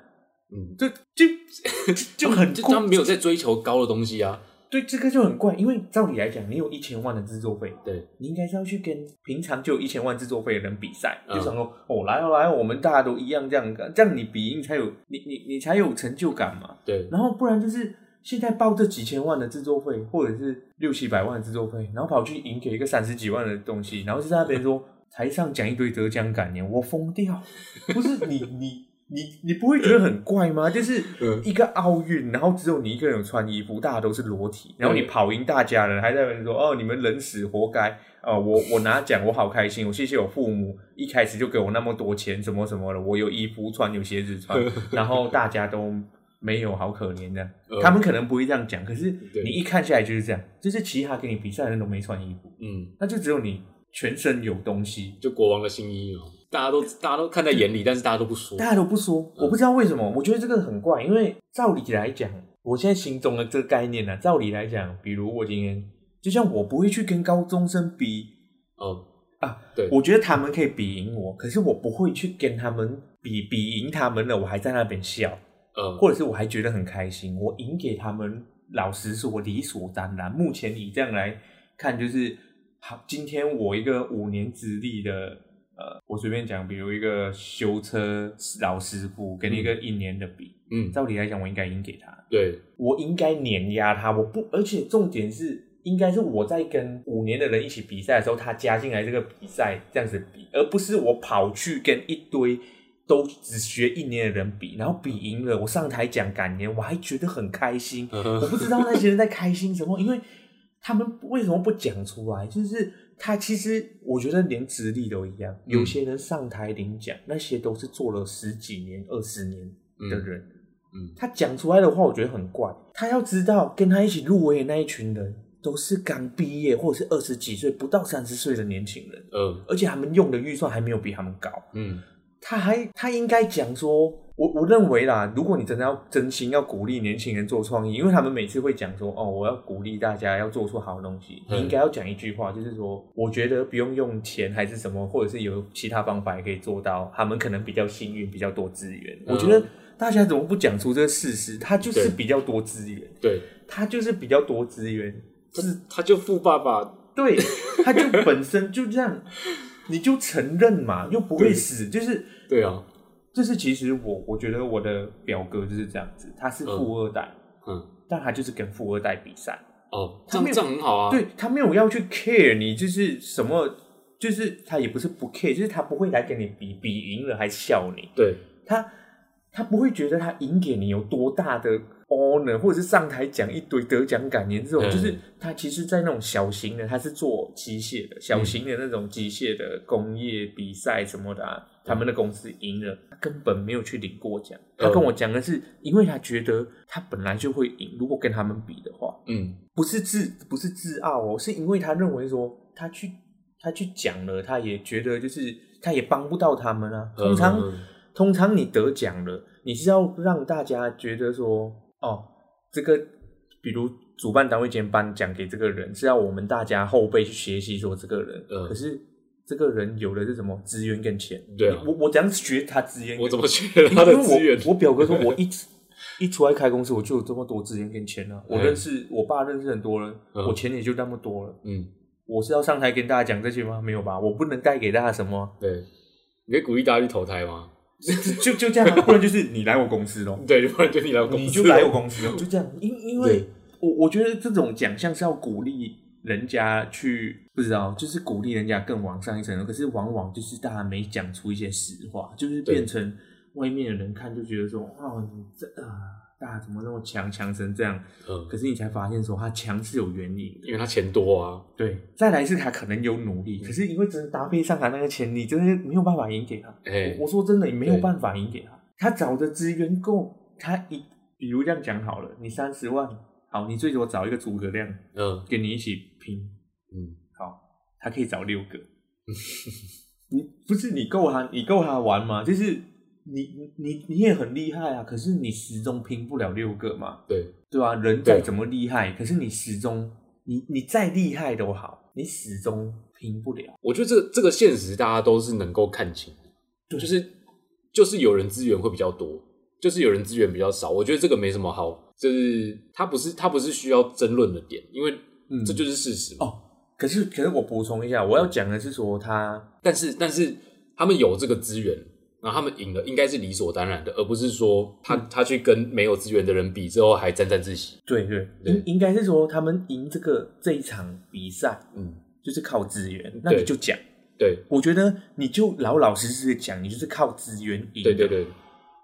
[SPEAKER 2] 嗯，
[SPEAKER 1] 就 就就很
[SPEAKER 2] 就
[SPEAKER 1] 怪
[SPEAKER 2] 他，们没有在追求高的东西啊，
[SPEAKER 1] 对这个就很怪，因为照理来讲，你有一千万的制作费，
[SPEAKER 2] 对，
[SPEAKER 1] 你应该是要去跟平常就有一千万制作费的人比赛，
[SPEAKER 2] 嗯
[SPEAKER 1] 就想说哦，来哦来哦，我们大家都一样这样，这样你比赢才有你你你才有成就感嘛，
[SPEAKER 2] 对，
[SPEAKER 1] 然后不然就是。现在报这几千万的制作费，或者是六七百万的制作费，然后跑去赢给一个三十几万的东西，然后就在那边说台上讲一堆得奖感言，我疯掉！不是你你你你不会觉得很怪吗？就是
[SPEAKER 2] 嗯
[SPEAKER 1] 一个奥运，然后只有你一个人有穿衣服，大家都是裸体，然后你跑赢大家了，还在那边说哦，你们冷死，活该！哦，我我拿奖，我好开心，我谢谢我父母一开始就给我那么多钱，什么什么的，我有衣服穿，有鞋子穿，然后大家都没有，好可怜的。
[SPEAKER 2] 嗯
[SPEAKER 1] 他们可能不会这样讲，可是
[SPEAKER 2] 对
[SPEAKER 1] 你一看下来就是这样，就是其他跟你比赛的人都没穿衣服，
[SPEAKER 2] 嗯，
[SPEAKER 1] 那就只有你全身有东西，
[SPEAKER 2] 就国王的新衣哦，大家都大家都看在眼里，但是大家都不说，
[SPEAKER 1] 大家都不说，我不知道为什么，我觉得这个很怪，因为照理来讲，我现在心中的这个概念呢、啊，照理来讲，比如我今天，就像我不会去跟高中生比
[SPEAKER 2] 嗯
[SPEAKER 1] 啊，
[SPEAKER 2] 对，
[SPEAKER 1] 我觉得他们可以比赢我，可是我不会去跟他们比比赢他们了，我还在那边笑，
[SPEAKER 2] 嗯，
[SPEAKER 1] 或者是我还觉得很开心，我赢给他们，老实说理所当然。目前以这样来看，就是好，今天我一个五年资历的，呃，我随便讲，比如一个修车老师傅跟一个一年的比，
[SPEAKER 2] 嗯，
[SPEAKER 1] 照理来讲我应该赢给他，
[SPEAKER 2] 对，
[SPEAKER 1] 我应该碾压他，我不，而且重点是。应该是我在跟五年的人一起比赛的时候，他加进来这个比赛这样子比，而不是我跑去跟一堆都只学一年的人比，然后比赢了，我上台讲感言，我还觉得很开心。
[SPEAKER 2] 嗯哼
[SPEAKER 1] 我不知道那些人在开心什么，因为他们为什么不讲出来？就是他其实我觉得连资历都一样，有些人上台领奖，那些都是做了十几年、二十年的人，
[SPEAKER 2] 嗯嗯
[SPEAKER 1] 他讲出来的话，我觉得很怪。他要知道，跟他一起入围的那一群人都是刚毕业或者是二十几岁、不到三十岁的年轻人，
[SPEAKER 2] 嗯
[SPEAKER 1] 而且他们用的预算还没有比他们高。
[SPEAKER 2] 嗯
[SPEAKER 1] 他还他应该讲说，我我认为啦，如果你真的要真心要鼓励年轻人做创意，因为他们每次会讲说，哦，我要鼓励大家要做出好东西，
[SPEAKER 2] 嗯
[SPEAKER 1] 你应该要讲一句话，就是说，我觉得不用用钱还是什么，或者是有其他方法也可以做到，他们可能比较幸运，比较多资源。
[SPEAKER 2] 嗯
[SPEAKER 1] 我觉得大家怎么不讲出这个事实？他就是
[SPEAKER 2] 对
[SPEAKER 1] 比较多资源，
[SPEAKER 2] 对，
[SPEAKER 1] 他就是比较多资源，
[SPEAKER 2] 他他就富爸爸，
[SPEAKER 1] 对，他就本身就这样，你就承认嘛，又不会
[SPEAKER 2] 对
[SPEAKER 1] 死，就是。
[SPEAKER 2] 对啊，
[SPEAKER 1] 就是其实我我觉得我的表哥就是这样子，他是富二代，
[SPEAKER 2] 嗯，
[SPEAKER 1] 但他就是跟富二代比赛，
[SPEAKER 2] 哦，这
[SPEAKER 1] 他
[SPEAKER 2] 样
[SPEAKER 1] 没有
[SPEAKER 2] 这样很好啊，
[SPEAKER 1] 对他没有要去 care 你就是什么，就是他也不是不 care，就是他不会来跟你比，比赢了还笑你，
[SPEAKER 2] 对
[SPEAKER 1] 他他不会觉得他赢给你有多大的 honor，或者是上台讲一堆得奖感言这种，
[SPEAKER 2] 嗯
[SPEAKER 1] 就是他其实，在那种小型的，他是做机械的，小型的那种机械的工业比赛什么的、啊，他们的公司赢了，他根本没有去领过奖。他跟我讲的是，因为他觉得他本来就会赢，如果跟他们比的话，
[SPEAKER 2] 嗯，
[SPEAKER 1] 不是自不是自傲哦，是因为他认为说他去他去讲了，他也觉得就是他也帮不到他们啊。通常、
[SPEAKER 2] 嗯嗯嗯
[SPEAKER 1] 通常你得奖了，你是要让大家觉得说哦，这个比如主办单位今天颁奖给这个人，是要我们大家后辈去学习说这个人，
[SPEAKER 2] 嗯
[SPEAKER 1] 可是这个人有的是什么资源跟钱？
[SPEAKER 2] 对啊
[SPEAKER 1] 你我我怎样学他资源？
[SPEAKER 2] 我怎么学了他的资
[SPEAKER 1] 因为
[SPEAKER 2] 源？
[SPEAKER 1] 我我表哥说，我一一出来开公司，我就有这么多资源跟钱了、啊我
[SPEAKER 2] 嗯
[SPEAKER 1] 认识我爸，认识很多人，
[SPEAKER 2] 嗯
[SPEAKER 1] 我钱也就那么多了。
[SPEAKER 2] 嗯，
[SPEAKER 1] 我是要上台跟大家讲这些吗？没有吧，我不能带给大家什么，啊
[SPEAKER 2] 对，你可以鼓励大家去投胎吗？
[SPEAKER 1] 就就这样 啊、不然就是你来我公司咯，
[SPEAKER 2] 对，不然就你来我公司，
[SPEAKER 1] 你就来我公司咯，就这样。因因为
[SPEAKER 2] 对
[SPEAKER 1] 我我觉得这种奖项是要鼓励人家去，不知道，就是鼓励人家更往上一层楼。可是往往就是大家没讲出一些实话，就是
[SPEAKER 2] 对
[SPEAKER 1] 变成外面的人看就觉得说，哦，你这啊，大家怎么那么强，强成这样？
[SPEAKER 2] 嗯，
[SPEAKER 1] 可是你才发现说他强是有原因的。
[SPEAKER 2] 因为他钱多啊，
[SPEAKER 1] 对，再来是他可能有努力，可是因为真的搭配上他那个钱，你真的没有办法赢给他。
[SPEAKER 2] 哎
[SPEAKER 1] 我，我说真的，你没有
[SPEAKER 2] 对
[SPEAKER 1] 办法赢给他。他找的资源够，他一比如这样讲好了，你三十万，好，你最多找一个诸葛亮
[SPEAKER 2] 嗯
[SPEAKER 1] 跟你一起拼，
[SPEAKER 2] 嗯，
[SPEAKER 1] 他可以找六个。 你不是你够他，你够他玩吗？就是你你你你也很厉害啊，可是你始终拼不了六个嘛。
[SPEAKER 2] 对，
[SPEAKER 1] 对啊，人再
[SPEAKER 2] 对
[SPEAKER 1] 怎么厉害，可是你始终，你你再厉害都好，你始终拼不了。
[SPEAKER 2] 我觉得这个这个现实大家都是能够看清的，
[SPEAKER 1] 对
[SPEAKER 2] 就是就是有人资源会比较多，就是有人资源比较少。我觉得这个没什么好，就是它不是它不是需要争论的点，因为
[SPEAKER 1] 嗯
[SPEAKER 2] 这就是事实嘛。
[SPEAKER 1] 哦可是，可是我补充一下，我要讲的是说他，
[SPEAKER 2] 但是但是他们有这个资源，然后他们赢了，应该是理所当然的，而不是说他
[SPEAKER 1] 嗯
[SPEAKER 2] 他去跟没有资源的人比之后还沾沾自喜。
[SPEAKER 1] 对对，
[SPEAKER 2] 对
[SPEAKER 1] 应应该是说他们赢这个这一场比赛
[SPEAKER 2] 嗯，
[SPEAKER 1] 就是靠资源，那你
[SPEAKER 2] 对
[SPEAKER 1] 就讲，
[SPEAKER 2] 对
[SPEAKER 1] 我觉得你就老老实实的讲，你就是靠资源赢的，
[SPEAKER 2] 对对对，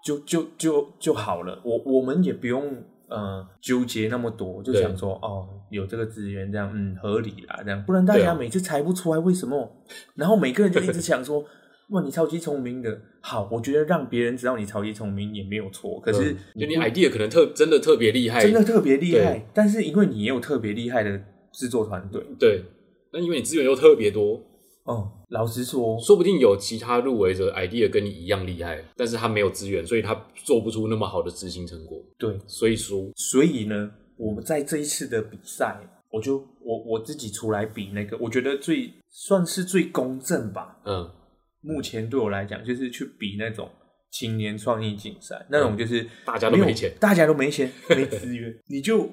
[SPEAKER 1] 就就就就好了。我我们也不用呃纠结那么多，就
[SPEAKER 2] 对
[SPEAKER 1] 想说哦，有这个资源这样，嗯，合理啦，这样，不然大
[SPEAKER 2] 对啊
[SPEAKER 1] 家每次猜不出来为什么，然后每个人就一直想说， 哇，你超级聪明的，好，我觉得让别人知道你超级聪明也没有错，可是
[SPEAKER 2] 嗯就你 idea 可能特真的特别厉害，
[SPEAKER 1] 真的特别厉害
[SPEAKER 2] 对，
[SPEAKER 1] 但是因为你也有特别厉害的制作团队，
[SPEAKER 2] 对。那因为你资源又特别多，
[SPEAKER 1] 哦、老实说，
[SPEAKER 2] 说不定有其他入围者 idea 跟你一样厉害，但是他没有资源，所以他做不出那么好的执行成果，
[SPEAKER 1] 对，
[SPEAKER 2] 所以输。
[SPEAKER 1] 所以呢，我们在这一次的比赛，我就我我自己出来比那个，我觉得最算是最公正吧。
[SPEAKER 2] 嗯，
[SPEAKER 1] 目前对我来讲，就是去比那种青年创意竞赛，那种就是
[SPEAKER 2] 嗯大家都
[SPEAKER 1] 有
[SPEAKER 2] 没钱
[SPEAKER 1] 大家都没钱，没资源，你就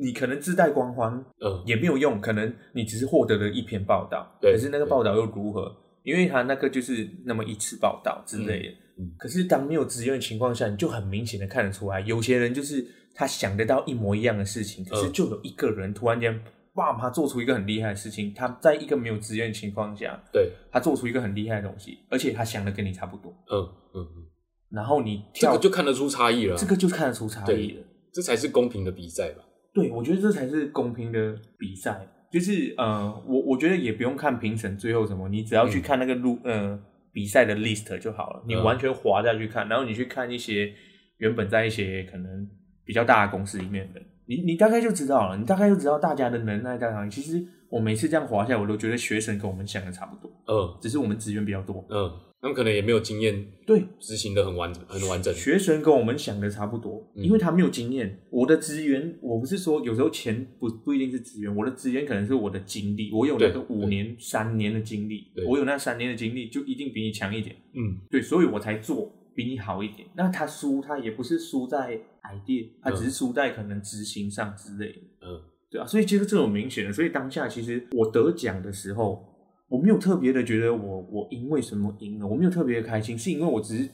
[SPEAKER 1] 你可能自带光环
[SPEAKER 2] 嗯，
[SPEAKER 1] 也没有用，可能你只是获得了一篇报道，
[SPEAKER 2] 对
[SPEAKER 1] 可是那个报道又如何？因为他那个就是那么一次报道之类的。
[SPEAKER 2] 嗯嗯
[SPEAKER 1] 可是当没有资源的情况下，你就很明显的看得出来，有些人就是他想得到一模一样的事
[SPEAKER 2] 嗯
[SPEAKER 1] 情，可是就有一个人突然间，哇，他做出一个很厉害的事情，他在一个没有资源的情况下，
[SPEAKER 2] 对，
[SPEAKER 1] 他做出一个很厉害的东西，而且他想的跟你差不多，
[SPEAKER 2] 嗯嗯，嗯
[SPEAKER 1] 然后你
[SPEAKER 2] 这
[SPEAKER 1] 跳
[SPEAKER 2] 个就看得出差异了啊、
[SPEAKER 1] 这个就看得出差异了。
[SPEAKER 2] 这才是公平的比赛吧？
[SPEAKER 1] 对，我觉得这才是公平的比赛。就是呃，我我觉得也不用看评审最后什么，你只要去看那个录、呃比赛的 list 就好了，你
[SPEAKER 2] 嗯
[SPEAKER 1] 完全滑下去看，然后你去看一些原本在一些可能比较大的公司里面的，你你大概就知道了，你大概就知道大家的能耐在哪里。其实我每次这样滑下来，我都觉得学生跟我们想的差不多，
[SPEAKER 2] 嗯
[SPEAKER 1] 只是我们资源比较多。
[SPEAKER 2] 嗯，他们可能也没有经验，
[SPEAKER 1] 对，
[SPEAKER 2] 执行的很完很完整。
[SPEAKER 1] 学生跟我们想的差不多，
[SPEAKER 2] 嗯
[SPEAKER 1] 因为他没有经验。我的职员，我不是说有时候钱不不一定是职员，我的职员可能是我的经历，我有那
[SPEAKER 2] 对
[SPEAKER 1] 个五年、三年的经历
[SPEAKER 2] 对，
[SPEAKER 1] 我有那三年的经历，就一定比你强一点。
[SPEAKER 2] 嗯，
[SPEAKER 1] 对，所以我才做比你好一点。那他输，他也不是输在 idea，他
[SPEAKER 2] 嗯
[SPEAKER 1] 只是输在可能执行上之类的。
[SPEAKER 2] 嗯，
[SPEAKER 1] 对啊，所以其实这种明显的，所以当下其实我得奖的时候，我没有特别的觉得我我因为什么赢了，我没有特别的开心，是因为我只是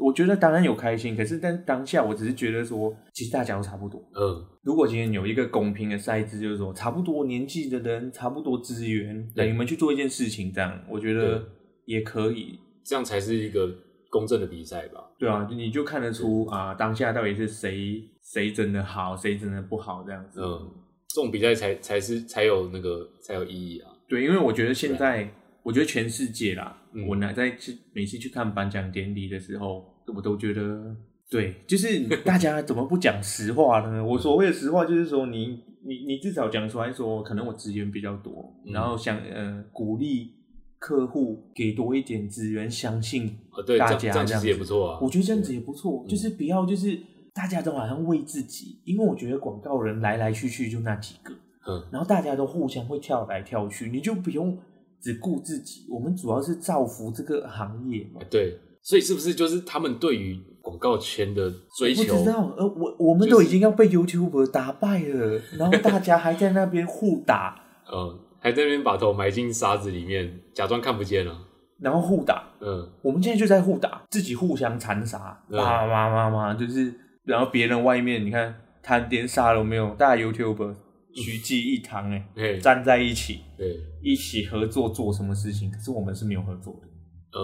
[SPEAKER 1] 我觉得当然有开心，可是但当下我只是觉得说，其实大家都差不多。
[SPEAKER 2] 嗯，
[SPEAKER 1] 如果今天有一个公平的赛制，就是说差不多年纪的人，差不多资源，
[SPEAKER 2] 对
[SPEAKER 1] 对你们去做一件事情，这样我觉
[SPEAKER 2] 对
[SPEAKER 1] 得也可以。
[SPEAKER 2] 这样才是一个公正的比赛吧？
[SPEAKER 1] 对啊，你就看得出啊、当下到底是谁谁真的好，谁真的不好这样子。
[SPEAKER 2] 嗯，这种比赛才才是才有那个才有意义啊。
[SPEAKER 1] 对，因为我觉得现在，我觉得全世界啦，
[SPEAKER 2] 啊嗯
[SPEAKER 1] 我呢在去每次去看颁奖典礼的时候，我都觉得，对，就是大家怎么不讲实话 呢？我所谓的实话就是说你，你你至少讲出来说，可能我资源比较多，
[SPEAKER 2] 嗯
[SPEAKER 1] 然后想呃鼓励客户给多一点资源，相信
[SPEAKER 2] 啊，对，这
[SPEAKER 1] 大
[SPEAKER 2] 样
[SPEAKER 1] 家
[SPEAKER 2] 样其
[SPEAKER 1] 这样
[SPEAKER 2] 实
[SPEAKER 1] 子
[SPEAKER 2] 也不错啊。
[SPEAKER 1] 我觉得这样子也不错，
[SPEAKER 2] 嗯
[SPEAKER 1] 就是不要就是大家都好像为自己，因为我觉得广告人来来去去就那几个，
[SPEAKER 2] 嗯，
[SPEAKER 1] 然后大家都互相会跳来跳去，你就不用只顾自己，我们主要是造福这个行业嘛
[SPEAKER 2] 啊。对，所以是不是就是他们对于广告圈的追
[SPEAKER 1] 我
[SPEAKER 2] 求？
[SPEAKER 1] 知道，呃，我我们都已经要被 YouTube 打败了，然后大家还在那边互打，
[SPEAKER 2] 嗯，还在那边把头埋进沙子里面，假装看不见了、
[SPEAKER 1] 然后互打，
[SPEAKER 2] 嗯，
[SPEAKER 1] 我们现在就在互打，自己互相残杀，
[SPEAKER 2] 嗯
[SPEAKER 1] 骂骂骂骂，就是然后别人外面你看他连杀都没有，大家 YouTube 徐
[SPEAKER 2] 嗯
[SPEAKER 1] 记一堂哎、
[SPEAKER 2] 嘿，
[SPEAKER 1] 站在一起，
[SPEAKER 2] 对，
[SPEAKER 1] 一起合作做什么事情，可是我们是没有合作的。
[SPEAKER 2] 嗯，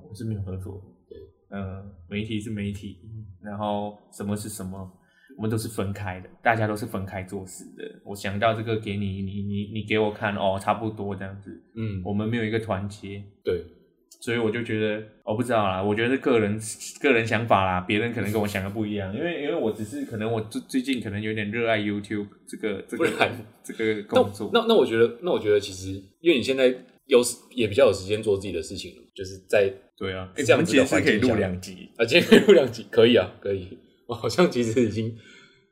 [SPEAKER 1] 我们是没有合作。对，呃，媒体是媒体，
[SPEAKER 2] 嗯
[SPEAKER 1] 然后什么是什么，我们都是分开的，大家都是分开做事的。我想到这个给你，你你你给我看哦，差不多这样子，
[SPEAKER 2] 嗯，
[SPEAKER 1] 我们没有一个团结。
[SPEAKER 2] 对，
[SPEAKER 1] 所以我就觉得，我、不知道啦，我觉得是个人个人想法啦，别人可能跟我想的不一样，因为因为我只是可能我最最近可能有点热爱 YouTube 这个这
[SPEAKER 2] 不
[SPEAKER 1] 个
[SPEAKER 2] 然
[SPEAKER 1] 这个
[SPEAKER 2] 那
[SPEAKER 1] 工作，
[SPEAKER 2] 那那我觉得，那我觉得其实，因为你现在有时也比较有时间做自己的事情了，就是在
[SPEAKER 1] 对啊，
[SPEAKER 2] 这样子的
[SPEAKER 1] 我们解释
[SPEAKER 2] 环
[SPEAKER 1] 可以
[SPEAKER 2] 境下
[SPEAKER 1] 录两集，
[SPEAKER 2] 啊，今天可以录两集，可以啊，可以。我好像其实已经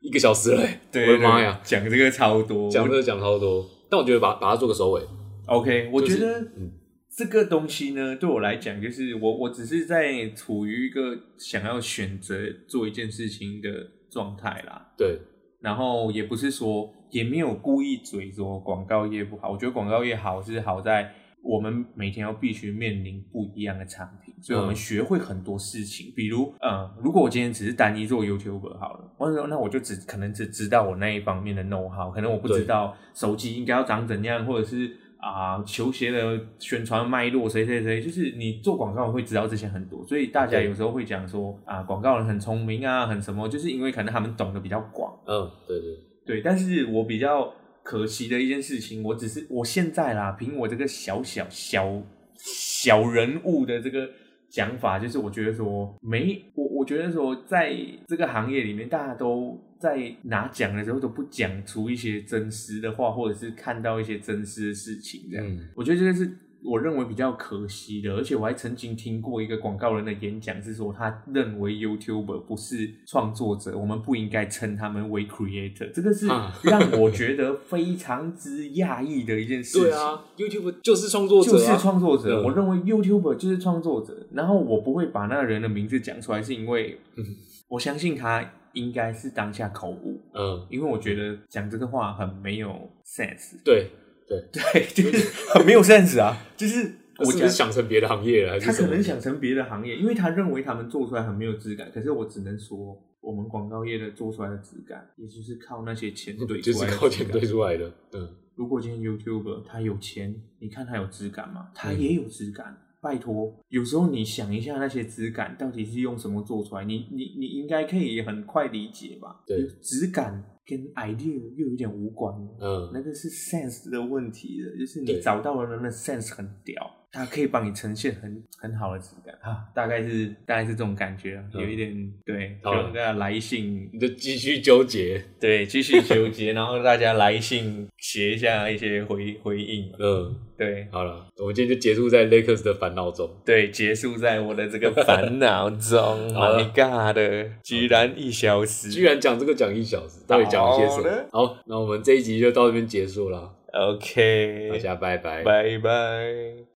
[SPEAKER 2] 一个小时了、欸，
[SPEAKER 1] 对
[SPEAKER 2] 我的妈呀，，
[SPEAKER 1] 对讲这个超多，
[SPEAKER 2] 讲这个讲超多，但我觉得把把它做个收尾，
[SPEAKER 1] OK，我
[SPEAKER 2] 就是
[SPEAKER 1] 觉得
[SPEAKER 2] 嗯
[SPEAKER 1] 这个东西呢，对我来讲，就是我我只是在处于一个想要选择做一件事情的状态啦，
[SPEAKER 2] 对，
[SPEAKER 1] 然后也不是说也没有故意嘴说广告业不好，我觉得广告业好是好在。我们每天要必须面临不一样的产品，所以我们
[SPEAKER 2] 嗯
[SPEAKER 1] 学会很多事情。比如，嗯，如果我今天只是单一做 YouTuber 好了，我那我就只可能只知道我那一方面的 know how，可能我不
[SPEAKER 2] 对
[SPEAKER 1] 知道手机应该要长怎样，或者是啊、球鞋的宣传脉络，谁谁谁，就是你做广告会知道这些很多，所以大家
[SPEAKER 2] 对
[SPEAKER 1] 有时候会讲说啊，广告人很聪明啊，很什么，就是因为可能他们懂得比较广。
[SPEAKER 2] 嗯，对对，
[SPEAKER 1] 对，但是我比较可惜的一件事情，我只是我现在啦，凭我这个小小小小人物的这个讲法，就是我觉得说没我，我觉得说在这个行业里面，大家都在拿奖的时候都不讲出一些真实的话，或者是看到一些真实的事情这样。
[SPEAKER 2] 嗯
[SPEAKER 1] 我觉得这个是我认为比较可惜的，而且我还曾经听过一个广告人的演讲，是说他认为 YouTuber 不是创作者，我们不应该称他们为 creator，这个是
[SPEAKER 2] 啊
[SPEAKER 1] 让我觉得非常之讶异的一件事情。
[SPEAKER 2] 对啊，YouTube 就是创作者、啊，
[SPEAKER 1] 就是创作者，
[SPEAKER 2] 嗯
[SPEAKER 1] 我认为 YouTuber 就是创作者。然后我不会把那个人的名字讲出来，是因为
[SPEAKER 2] 嗯
[SPEAKER 1] 我相信他应该是当下口误，
[SPEAKER 2] 嗯，
[SPEAKER 1] 因为我觉得讲这个话很没有 sense。
[SPEAKER 2] 对，
[SPEAKER 1] 对，就是 很没有 sense 啊，就是
[SPEAKER 2] 我
[SPEAKER 1] 我
[SPEAKER 2] 是不
[SPEAKER 1] 讲
[SPEAKER 2] 是想成别的行业了，还
[SPEAKER 1] 他
[SPEAKER 2] 是什
[SPEAKER 1] 可
[SPEAKER 2] 么？
[SPEAKER 1] 能想成别的行业，因为他认为他们做出来很没有质感。可是我只能说，我们广告业的做出来的质感，也就是靠那些钱怼
[SPEAKER 2] 就
[SPEAKER 1] 出
[SPEAKER 2] 是
[SPEAKER 1] 来的
[SPEAKER 2] 靠
[SPEAKER 1] 质
[SPEAKER 2] 钱
[SPEAKER 1] 感
[SPEAKER 2] 堆出来的，嗯，
[SPEAKER 1] 如果今天 YouTube 他有钱，你看他有质感吗？他
[SPEAKER 2] 嗯
[SPEAKER 1] 也有质感。拜托，有时候你想一下那些质感到底是用什么做出来，你你你应该可以很快理解吧？
[SPEAKER 2] 对，
[SPEAKER 1] 质感跟 idea 又有点无关了
[SPEAKER 2] 嗯
[SPEAKER 1] 那个是 sense 的问题了，就是你
[SPEAKER 2] 对
[SPEAKER 1] 找到的人的 sense 很屌。它可以帮你呈现很很好的质感啊，大概是大概是这种感觉啊，
[SPEAKER 2] 嗯
[SPEAKER 1] 有一点对，
[SPEAKER 2] 好了
[SPEAKER 1] 让大家来信
[SPEAKER 2] 你就继续纠结，
[SPEAKER 1] 对继续纠结， 然后大家来信写一下一些回回应，
[SPEAKER 2] 嗯，
[SPEAKER 1] 对
[SPEAKER 2] 好了，我们今天就结束在 Lakers 的烦恼中。
[SPEAKER 1] 对，结束在我的这个烦恼 中
[SPEAKER 2] 好了
[SPEAKER 1] ，My God 的，居然一小
[SPEAKER 2] 居
[SPEAKER 1] 时
[SPEAKER 2] 然讲这个讲一小时，到底讲了些什
[SPEAKER 1] 好的
[SPEAKER 2] 么？好，那我们这一集就到这边结束了，
[SPEAKER 1] ，OK，
[SPEAKER 2] 大家拜拜。
[SPEAKER 1] 拜拜。